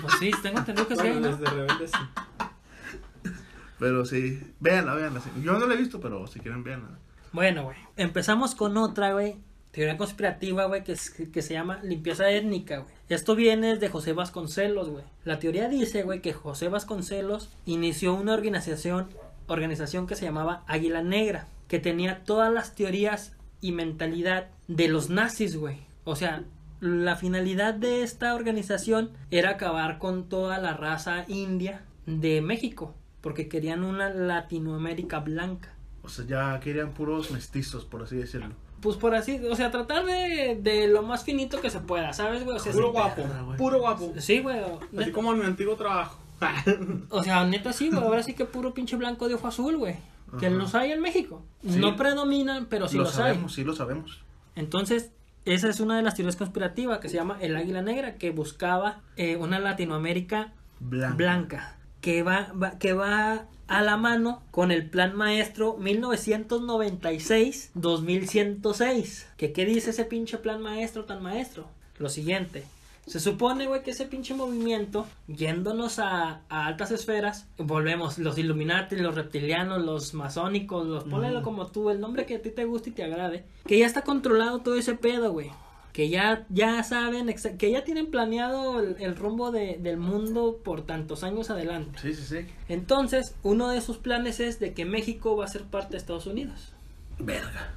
S2: Pues sí, tengo entendido que es gay,
S1: Bueno,
S2: ¿no?
S1: desde rebelde sí.
S3: Pero sí, véanla, véanla. sí. Yo no la he visto, pero si quieren, véanla.
S2: Bueno, güey. Empezamos con otra, güey. Teoría conspirativa, güey, que, es- que se llama limpieza étnica, güey. Esto viene de José Vasconcelos, güey. La teoría dice, güey, que José Vasconcelos inició una organización, organización que se llamaba Águila Negra, que tenía todas las teorías y mentalidad de los nazis, güey. O sea, la finalidad de esta organización era acabar con toda la raza india de México, porque querían una Latinoamérica blanca.
S3: O sea, ya querían puros mestizos, por así decirlo.
S2: Pues por así, o sea, tratar de, de lo más finito que se pueda, ¿sabes, güey? O sea,
S1: Puro
S2: sí-
S1: guapo,
S3: perra, güey.
S1: puro guapo.
S2: Sí, güey.
S1: Así
S2: neta-
S1: como en mi antiguo trabajo.
S2: O sea, neta sí, güey. Ahora sí que puro pinche blanco de ojo azul, güey. Que
S3: Ajá.
S2: los hay en México.
S3: Sí.
S2: No predominan,
S1: Ah,
S2: pero sí
S3: lo
S2: los hay.
S3: sabemos, sí lo sabemos.
S2: Entonces, esa es una de las teorías conspirativas que se llama el águila negra, que buscaba eh, una Latinoamérica
S3: Blanco.
S2: blanca, que va, va- que va a la mano con el plan maestro 1996-2106. ¿Que qué dice ese pinche plan maestro tan maestro? Lo siguiente. Se supone, güey, que ese pinche movimiento, yéndonos a, a altas esferas, volvemos, los Illuminati, los reptilianos, los masónicos, los ponelo como tú, el nombre que a ti te guste y te agrade, que ya está controlado todo ese pedo, güey que ya, ya saben, exa- que ya tienen planeado el, el rumbo de- del mundo por tantos años adelante.
S3: Sí, sí, sí.
S2: Entonces, uno de sus planes es de que México va a ser parte de Estados Unidos.
S3: Verga.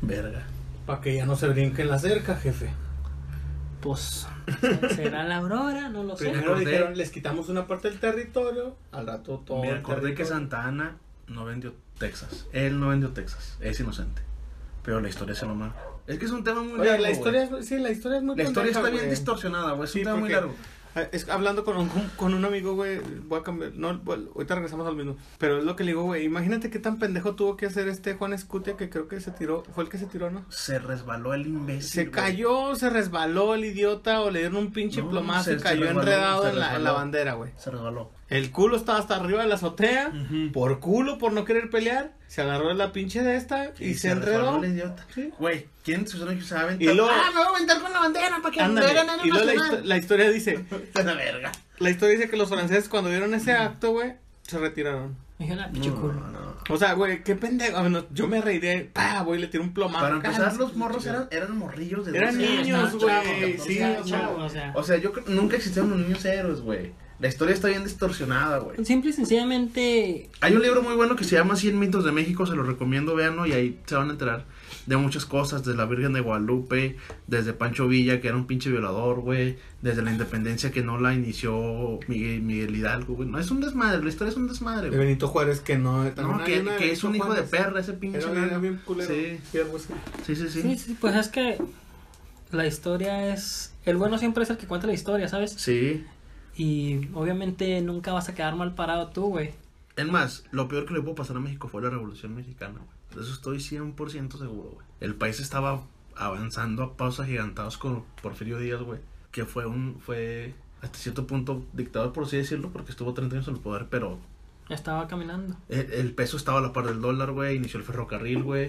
S3: Verga.
S1: Para que ya no se brinquen la cerca, jefe.
S2: Pues, ¿será la aurora? No lo sé.
S1: Primero
S3: acordé.
S1: dijeron, les quitamos una parte del territorio, al rato todo.
S3: Me
S1: el
S3: acordé que
S1: territorio.
S3: Santa Ana no vendió Texas. Él no vendió Texas. Es inocente. Pero la historia se lo marca. Es que es un tema muy
S1: Oye,
S3: largo.
S1: la
S3: güey.
S1: historia, es- sí, la historia es muy
S3: La historia
S1: pendeja,
S3: está bien
S1: güey.
S3: distorsionada, güey. Es
S1: Sí,
S3: un tema muy
S1: porque-
S3: largo.
S1: Ah, es- hablando con un, con un amigo, güey, voy a cambiar, no, bueno, ahorita regresamos al mismo, pero es lo que le digo, güey, imagínate qué tan pendejo tuvo que hacer este Juan Escutia que creo que se tiró, fue el que se tiró, ¿no?
S3: Se resbaló el imbécil.
S1: Se
S3: güey.
S1: cayó, se resbaló el idiota o le dieron un pinche
S3: No,
S1: plomazo
S3: se-
S1: y
S3: se
S1: cayó
S3: resbaló,
S1: enredado
S3: se
S1: en la, en la
S3: resbaló.
S1: bandera, güey.
S3: Se resbaló.
S1: El culo estaba hasta arriba de la azotea,
S3: Ujú.
S1: por culo, por no querer pelear, se agarró de la pinche de esta y, se, enredó.
S3: resbaló el idiota.
S1: Sí.
S3: Güey, ¿quién se sabe que se va a
S1: Y
S3: aventar?
S1: luego-
S3: Ah, me voy a aventar con la bandera para que
S1: Ándale,
S3: me ganen
S1: Y
S3: el
S1: luego la, histo-
S3: nacional.
S1: la historia dice,
S3: Está la verga.
S1: la historia dice que los franceses cuando vieron ese acto, güey, se retiraron.
S2: Dije, la pinche culo.
S1: O sea, güey, qué pendejo. Ah, bueno, yo me reiré, pa, voy, le tiro un plomazo.
S3: Para
S1: Acá,
S3: empezar,
S1: no sé
S3: los
S1: qué
S3: morros
S1: chingada.
S3: eran, eran morrillos de
S1: Eran
S3: 12 años,
S1: niños,
S3: chavos,
S1: güey,
S3: 14
S1: sí,
S3: años,
S1: chavos,
S3: güey.
S2: o sea.
S3: O sea, yo creo- nunca existieron los niños héroes, güey. La historia está bien distorsionada, güey.
S2: Simple y sencillamente,
S3: Hay un libro muy bueno que se llama 100 mitos de México, se lo recomiendo, veanlo y ahí se van a enterar de muchas cosas, desde la Virgen de Guadalupe, desde Pancho Villa, que era un pinche violador, güey, desde la independencia que no la inició Miguel, Miguel Hidalgo, güey. No, es un desmadre, la historia es un desmadre,
S1: De
S3: güey.
S1: Benito Juárez que no. también
S3: No,
S1: había
S3: que,
S1: una de
S3: que es un
S1: Benito
S3: hijo de
S1: Juárez.
S3: perra ese pinche.
S1: Era, era
S3: nano.
S1: bien culero.
S3: Sí,
S1: Sí, algo así.
S3: sí, sí.
S2: sí,
S3: Sí,
S2: sí, pues es que la historia es... El bueno siempre es el que cuenta la historia, ¿sabes?
S3: sí.
S2: Y obviamente nunca vas a quedar mal parado tú, güey.
S3: Es más, lo peor que le pudo pasar a México fue la Revolución Mexicana, güey. De eso estoy 100% seguro, güey. El país estaba avanzando a pasos agigantados con Porfirio Díaz, güey. Que fue un. fue hasta cierto punto dictador, por así decirlo, porque estuvo 30 años en el poder, pero
S2: Estaba caminando.
S3: el, el peso estaba a la par del dólar, güey. Inició el ferrocarril, güey.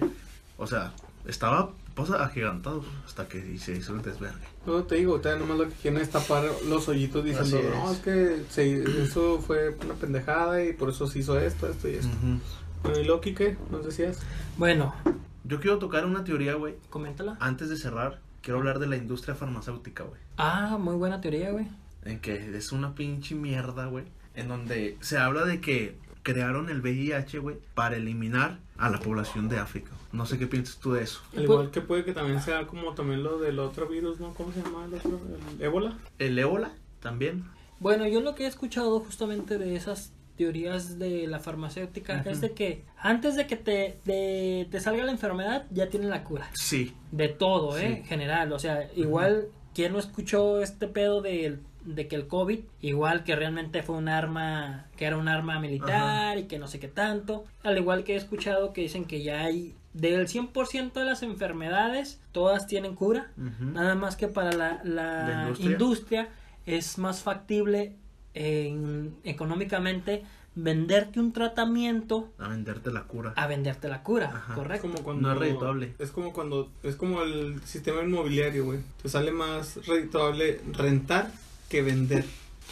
S3: O sea, estaba pasos agigantados hasta que se hizo el desvergue.
S4: No, te digo, ustedes nomás lo que quieren es tapar los hoyitos diciendo,
S3: Así es.
S4: no, es que se- eso fue una pendejada y por eso se hizo esto, esto y esto.
S3: Ujú.
S4: Bueno, ¿y Loki qué? ¿Nos decías?
S2: Bueno,
S3: Yo quiero tocar una teoría, güey.
S2: coméntala.
S3: Antes de cerrar, quiero hablar de la industria farmacéutica, güey.
S2: Ah, muy buena teoría, güey.
S3: En que es una pinche mierda, güey. En donde se habla de que crearon el VIH, güey, para eliminar a la población de África. No sé qué piensas tú de eso.
S1: Pues
S4: Al igual que puede que también sea como también lo del otro virus, ¿no? ¿Cómo se llama el otro? ¿El ébola?
S3: El ébola también.
S2: Bueno, yo lo que he escuchado justamente de esas teorías de la farmacéutica
S3: Ujú.
S2: es de que antes de que te, de- te salga la enfermedad ya tienen la cura.
S3: Sí.
S2: De todo, ¿eh?
S3: Sí.
S2: General. O sea, igual, ¿quién no escuchó este pedo del- de, que el COVID, igual que realmente fue un arma, que era un arma militar y que no sé qué tanto? Al igual que he escuchado que dicen que ya hay, del 100% de las enfermedades, todas tienen cura.
S3: Ujú.
S2: Nada más que para la, la
S3: La industria.
S2: industria. es más factible en- económicamente venderte un tratamiento
S3: A venderte la cura.
S2: a venderte la cura,
S3: Ajá.
S4: Es
S2: ¿correcto?
S4: Ah, como cuando,
S3: No es redituable.
S4: Es como cuando, es como el sistema inmobiliario, güey. Te sale más redituable rentar que vender.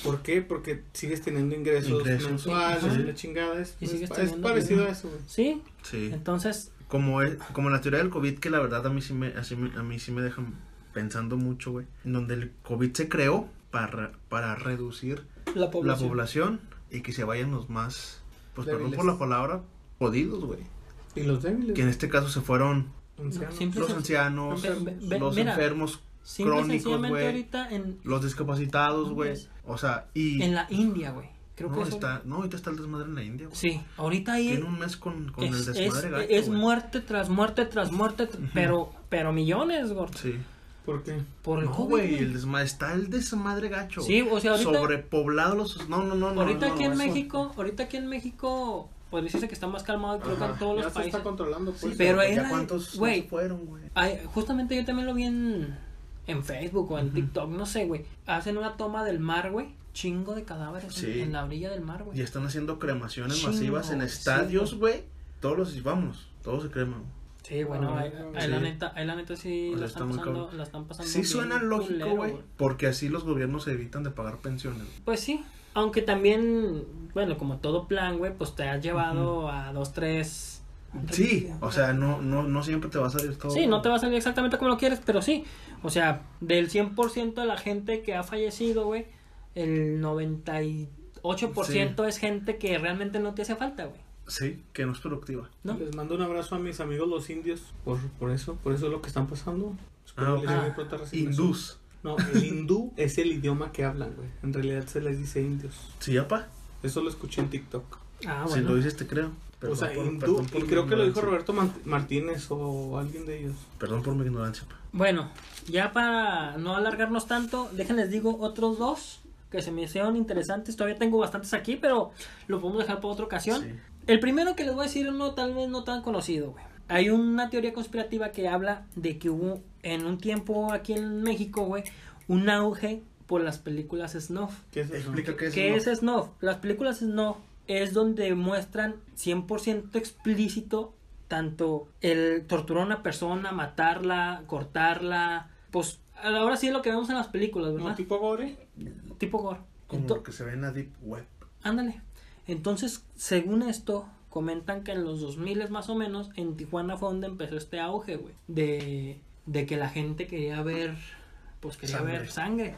S4: ¿Por qué? Porque sigues teniendo ingresos,
S3: Ingresos.
S4: mensuales
S2: Ajá.
S4: y la chingada. Es,
S2: Y sigues
S4: es
S2: teniendo
S4: parecido
S2: dinero.
S4: a eso, güey.
S2: Sí,
S3: Sí.
S2: entonces
S3: Como, es, como la teoría del COVID, que la verdad a mí sí me, así me- a mí sí me dejan pensando mucho, güey. En donde el COVID se creó para, para reducir
S2: la
S3: la
S2: población.
S3: población y que se vayan los más, pues perdón
S4: Débiles.
S3: por la palabra, jodidos, güey.
S4: Y los
S3: Que
S4: débiles.
S3: en este caso se fueron
S4: ancianos.
S2: No, siempre-
S3: los ancianos,
S2: Ve- ve- ve-
S3: los
S2: mira,
S3: enfermos,
S2: Simple y
S3: crónicos,
S2: sencillamente
S3: güey.
S2: ahorita en,
S3: los discapacitados, güey.
S2: Pues,
S3: O sea, y...
S2: en la India, güey. Creo
S3: no,
S2: que eso-
S3: está, no, ahorita está el desmadre en la India, güey.
S2: Sí, ahorita ahí
S3: Tiene un mes con, con el
S2: es, es,
S3: desmadre gacho,
S2: es
S3: güey.
S2: muerte tras muerte tras muerte, tr- pero pero millones, gordo.
S3: Sí.
S4: ¿Por qué?
S2: Por el
S3: No,
S2: COVID,
S3: güey,
S2: güey.
S3: el desmadre, está el desmadre gacho.
S2: Sí,
S3: güey.
S2: o sea, ahorita-
S3: Sobrepoblado los... No, no, no, no.
S2: ahorita
S3: no,
S2: aquí
S3: no,
S2: en
S3: eso-
S2: México, ahorita aquí en México, pues dice que está más calmado creo que
S4: Ajá.
S2: en todos
S4: ya
S2: los
S4: se
S2: países.
S4: está controlando, pues.
S3: Sí,
S2: pero
S3: pero
S2: ahí
S3: ya
S2: era-
S3: cuántos no
S2: güey.
S3: se fueron, güey.
S2: Ay, justamente yo también lo vi en, en Facebook o en TikTok, no sé, güey. Hacen una toma del mar, güey. Chingo de cadáveres en-
S3: Sí.
S2: en, la orilla del mar, güey.
S3: Y están haciendo cremaciones
S2: Chingo,
S3: masivas en
S2: güey,
S3: estadios,
S2: sí,
S3: güey. Todos los vamos, todos se creman.
S2: Sí, bueno,
S4: Ah,
S2: ahí, ahí
S3: sí.
S2: la neta, ahí la neta sí
S3: O sea,
S2: la
S3: está
S2: están,
S3: muy
S2: pasando,
S3: cabrón.
S2: la están pasando.
S3: Sí
S2: bien
S3: suena lógico,
S2: culero,
S3: güey, porque así los gobiernos se evitan de pagar pensiones. güey.
S2: Pues sí, aunque también, bueno, como todo plan, güey, pues te has llevado a dos, tres...
S3: Sí, o sea, no no no siempre te va a salir todo.
S2: Sí, no te va a salir exactamente como lo quieres, pero sí. O sea, del 100% de la gente que ha fallecido, güey, el 98% es gente que realmente no te hace falta, güey.
S3: Sí, que no es productiva.
S2: ¿no?
S4: Les mando un abrazo a mis amigos los indios por, por eso, por eso es lo que están pasando. Espero
S3: Ah,
S4: les
S2: ok.
S4: llegue pronta resignación.
S3: Hindús.
S4: No, el hindú es el idioma que hablan, güey. En realidad se les dice indios.
S3: Sí, apa.
S4: Eso lo escuché en TikTok.
S2: Ah,
S3: Si
S2: bueno.
S3: lo dices te creo.
S4: o
S3: Perdón
S4: sea,
S3: por-
S4: hindú.
S3: perdón por
S4: Y
S3: mi
S4: creo que lo dijo
S3: ignorancia.
S4: Roberto Mart- Martínez o alguien de ellos.
S3: Perdón por mi ignorancia. pa.
S2: Bueno, ya para no alargarnos tanto, déjenles digo otros dos que se me hicieron interesantes. Todavía tengo bastantes aquí, pero lo podemos dejar para otra ocasión.
S3: Sí.
S2: El primero que les voy a decir no tal vez no tan conocido, güey. Hay una teoría conspirativa que habla de que hubo en un tiempo aquí en México, güey, un auge por las películas snuff.
S4: ¿Qué es eso?
S3: Explica qué es.
S2: ¿Qué
S3: uno.
S2: es snuff? Las películas snuff es donde muestran 100% explícito tanto el torturar a una persona, matarla, cortarla, pues ahora sí es lo que vemos en las películas,
S4: ¿No
S2: ¿verdad?
S4: tipo gore?
S2: tipo gore.
S3: Como
S2: Ento-
S3: lo que se ve en la deep web.
S2: Ándale. Entonces, según esto, comentan que en los 2000 más o menos, en Tijuana fue donde empezó este auge, güey. De, de que la gente quería ver, pues quería
S3: Sangre.
S2: ver sangre.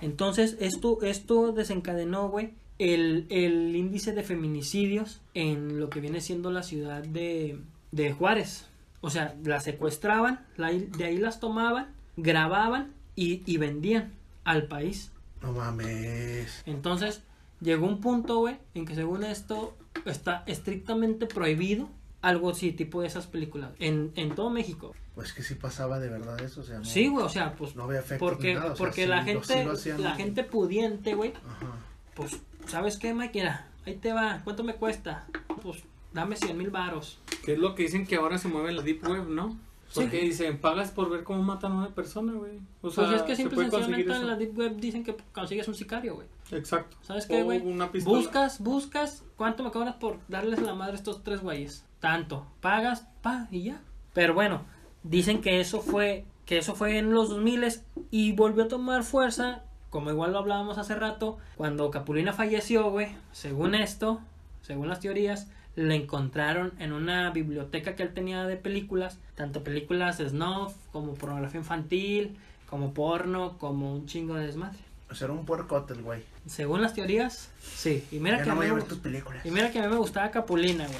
S2: Entonces, esto, esto desencadenó, güey, el, el índice de feminicidios en lo que viene siendo la ciudad de, de Juárez. O sea, las secuestraban, la- de ahí las tomaban, grababan y- y vendían al país.
S3: No mames.
S2: Entonces, llegó un punto, güey, en que según esto está estrictamente prohibido algo así, tipo de esas películas, en, en todo México.
S3: Pues que sí pasaba de verdad eso, o sea, no,
S2: Sí, güey, o sea, pues...
S3: no había efecto
S2: porque
S3: nada, o sea,
S2: porque
S3: sí
S2: la
S3: lo-
S2: gente
S3: sí lo hacían.
S2: la gente pudiente, güey,
S3: Ajá.
S2: pues, ¿sabes qué, máquina? Ahí te va, ¿cuánto me cuesta? Pues, Dame 100 mil varos.
S4: Que es lo que dicen que ahora se mueve la Deep Web, ¿no?
S2: Sí.
S4: Porque dicen, pagas por ver cómo matan a una persona, güey. O sea,
S2: Pues es que
S4: se
S2: simple y
S4: puede conseguir
S2: sencillamente
S4: eso.
S2: en la Deep Web dicen que consigues un sicario, güey.
S4: Exacto.
S2: ¿Sabes qué,
S4: O
S2: güey?
S4: una pistola.
S2: Buscas, buscas, ¿cuánto me cobras por darles a la madre a estos tres güeyes? Tanto. Pagas, pa, y ya. Pero bueno, dicen que eso fue, que eso fue en los 2000 y volvió a tomar fuerza, como igual lo hablábamos hace rato, cuando Capulina falleció, güey, según esto, según las teorías, le encontraron en una biblioteca que él tenía de películas, tanto películas snuff, como pornografía infantil, como porno, como un chingo de desmadre.
S3: O sea, era un puercote el güey.
S2: Según las teorías, sí. Y mira
S3: Ya
S2: que a
S3: no
S2: mí
S3: voy a
S2: me
S3: ver
S2: gust-
S3: tus películas.
S2: y mira que a mí me gustaba Capulina, güey.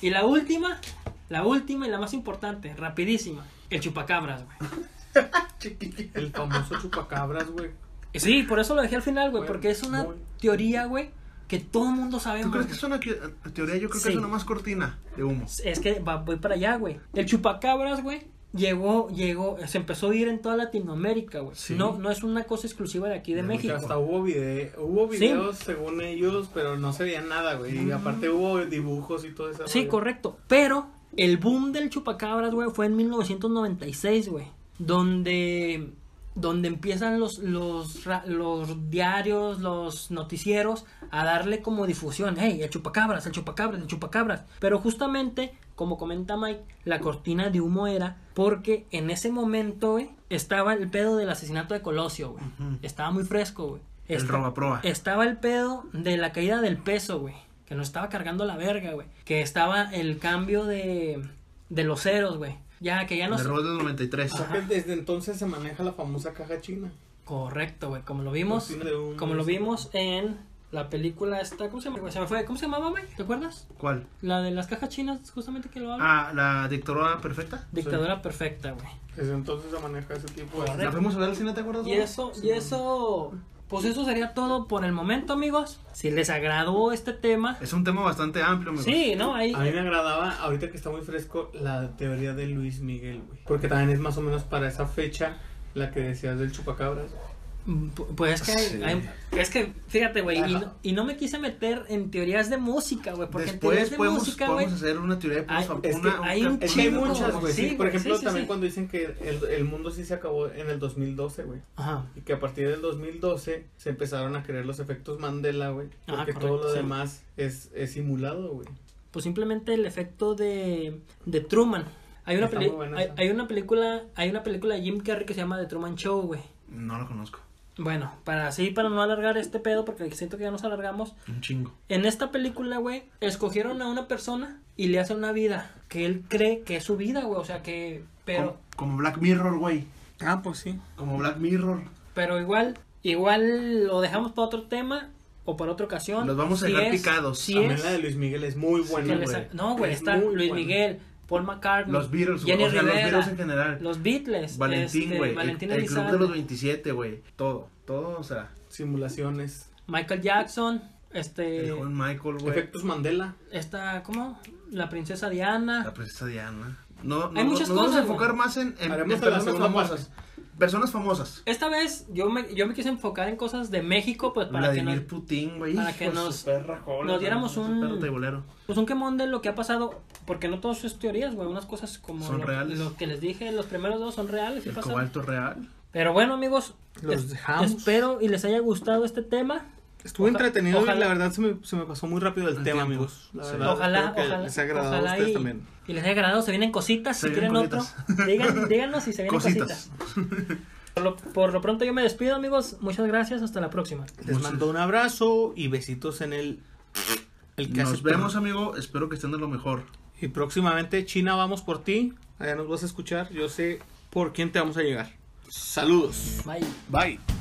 S2: Y la última, la última y la más importante, rapidísima, el chupacabras, güey.
S4: El famoso chupacabras, güey.
S2: Y sí, por eso lo dejé al final, güey,
S4: Bueno,
S2: porque es una
S4: muy-
S2: teoría, güey, que todo el mundo sabe.
S3: ¿Tú
S2: güey.
S3: crees que es una que- en teoría? Yo creo que
S2: Sí.
S3: es una más cortina de humo.
S2: Es que va- voy para allá, güey. El chupacabras, güey, llegó, llegó, se empezó a ir en toda Latinoamérica, güey.
S3: Sí.
S2: No, no es una cosa exclusiva de aquí de
S3: De
S4: Que
S2: México.
S4: hasta hubo, vide- hubo
S2: Sí. Mm.
S4: videos según ellos, pero no se veía nada, güey. Y aparte hubo dibujos y todo eso.
S2: Sí, correcto. Pero el boom del chupacabras, güey, fue en 1996, güey. Donde, donde empiezan los, los, ra- los diarios, los noticieros a darle como difusión. Hey, el chupacabras, el chupacabras, el chupacabras. Pero justamente, como comenta Mike, la cortina de humo era porque en ese momento, güey, estaba el pedo del asesinato de Colosio, güey.
S3: Ujú.
S2: Estaba muy fresco, güey.
S3: El
S2: Esta-
S3: roba proa.
S2: estaba el pedo de la caída del peso, güey. Que nos estaba cargando la verga, güey. Que estaba el cambio de, de los ceros, güey. Ya, que ya no
S3: El
S2: se-
S3: robo del 93.
S4: O sea, que desde entonces se maneja la famosa caja china.
S2: Correcto, güey. Como lo vimos.
S4: Cortina de humo.
S2: Como lo vimos en la película esta. ¿Cómo se llama? Se me fue. ¿Cómo se llamaba, güey? ¿Te acuerdas?
S3: ¿Cuál?
S2: La de las cajas chinas, justamente que lo habla.
S3: Ah, la dictadura perfecta.
S2: Dictadura perfecta, güey.
S4: Desde entonces se maneja ese tipo de...
S3: La fuimos a ver al cine, ¿te acuerdas?
S2: Y eso, y eso. Pues eso sería todo por el momento, amigos. Si les agradó este tema.
S3: Es un tema bastante amplio, amigo.
S2: Sí, ¿no? Ahí.
S4: A mí me agradaba, ahorita que está muy fresco, la teoría de Luis Miguel, güey. Porque también es más o menos para esa fecha la que decías del chupacabras.
S2: Mm, pu- Pues es que, hay-
S3: Sí.
S2: hay- es que fíjate, güey, y,
S3: Ajá.
S2: no- y no me quise meter en teorías de música, güey, porque en
S3: Después
S2: teorías de
S3: podemos,
S2: música, güey,
S3: podemos hacer una teoría de
S2: Ay,
S3: puros-
S4: es que
S3: una-
S2: hay un
S4: Es que hay
S2: Chingo,
S4: muchas, güey.
S2: sí,
S4: sí. Por
S2: güey,
S4: ejemplo,
S2: sí, sí,
S4: también
S2: sí.
S4: cuando dicen que el, el mundo sí se acabó en el 2012, güey.
S2: ajá,
S4: Y que a partir del 2012 se empezaron a creer los efectos Mandela, güey. Porque
S2: Ah, correcto,
S4: todo lo
S2: sí.
S4: demás es, es simulado, güey.
S2: pues simplemente el efecto de, de Truman. Hay una,
S4: Está
S2: peli-
S4: muy buena
S2: hay,
S4: esa.
S2: hay una película, hay una película de Jim Carrey que se llama The Truman Show, güey.
S3: No lo conozco.
S2: Bueno, para así, para no alargar este pedo, porque siento que ya nos alargamos,
S3: Un chingo.
S2: En esta película, güey, escogieron a una persona y le hacen una vida que él cree que es su vida, güey, o sea que, pero...
S3: Como, como Black Mirror, güey.
S1: Ah, pues sí.
S3: Como Black Mirror.
S2: Pero igual, igual lo dejamos para otro tema o para otra ocasión.
S3: Los vamos a
S2: Si
S3: dejar
S2: es-
S3: picados.
S2: si
S4: También
S2: es-
S4: la de Luis Miguel es muy
S2: que
S4: buena,
S2: les-
S4: güey.
S2: no, güey,
S4: Es
S2: está
S4: muy
S2: Luis
S4: buena.
S2: Miguel, Paul McCartney,
S3: Los Beatles, güey.
S2: Jenny
S3: o sea, los
S2: Rivera,
S3: Beatles en general.
S2: los Beatles,
S3: Valentín,
S2: este,
S3: güey. el-
S2: Valentín
S3: el, club
S2: Elizalde,
S3: de los 27, güey. Todo, todo, o sea.
S4: Simulaciones.
S2: Michael Jackson, este,
S3: El joven Michael, güey.
S4: Efectos Mandela.
S2: esta, ¿cómo? La princesa Diana.
S3: La princesa Diana. No, no,
S2: Hay muchas
S3: nos vamos a
S2: cosas,
S3: enfocar
S2: güey.
S3: más en, en-
S4: Haremos la
S3: en personas
S4: segunda
S3: famosas. Personas famosas.
S2: Esta vez yo me, yo me quise enfocar en cosas de México, pues para que
S3: Vladimir
S2: nos,
S3: Putin, güey.
S2: para que
S3: hijo de
S2: nos-
S3: su perra cola,
S2: nos diéramos
S3: su
S2: un-
S3: perro tabulero.
S2: Pues un quemón de lo que ha pasado, porque no todas sus teorías, güey, unas cosas como
S3: Son
S2: lo,
S3: reales.
S2: lo que les dije, los primeros dos son reales. sí
S3: El
S2: pasaron.
S3: cobalto real.
S2: Pero bueno, amigos,
S4: Los
S2: es-
S4: dejamos.
S2: espero y les haya gustado este tema.
S1: Estuvo
S2: Oja-
S1: entretenido
S2: ojalá-
S1: y la verdad se me, se me pasó muy rápido el,
S3: El
S1: tema,
S3: tiempo.
S1: amigos. La
S3: Sí.
S1: verdad,
S2: Ojalá,
S1: Ah, espero que
S2: ojalá,
S1: les haya agradado a
S2: ojalá
S1: ustedes
S2: y,
S1: también.
S2: y les haya agradado. Se vienen cositas,
S3: Se
S2: si
S3: vienen
S2: quieren otro. Digan, díganos si se vienen
S3: Cositas.
S2: cositas. Por lo, por lo pronto yo me despido, amigos. Muchas gracias. Hasta la próxima.
S1: Les mando un abrazo y besitos en el. el que hace
S3: Nos
S1: perro.
S3: vemos, amigo. Espero que estén de lo mejor.
S1: Y próximamente, China, vamos por ti. Allá nos vas a escuchar. Yo sé por quién te vamos a llegar. Saludos.
S2: Bye.
S1: Bye.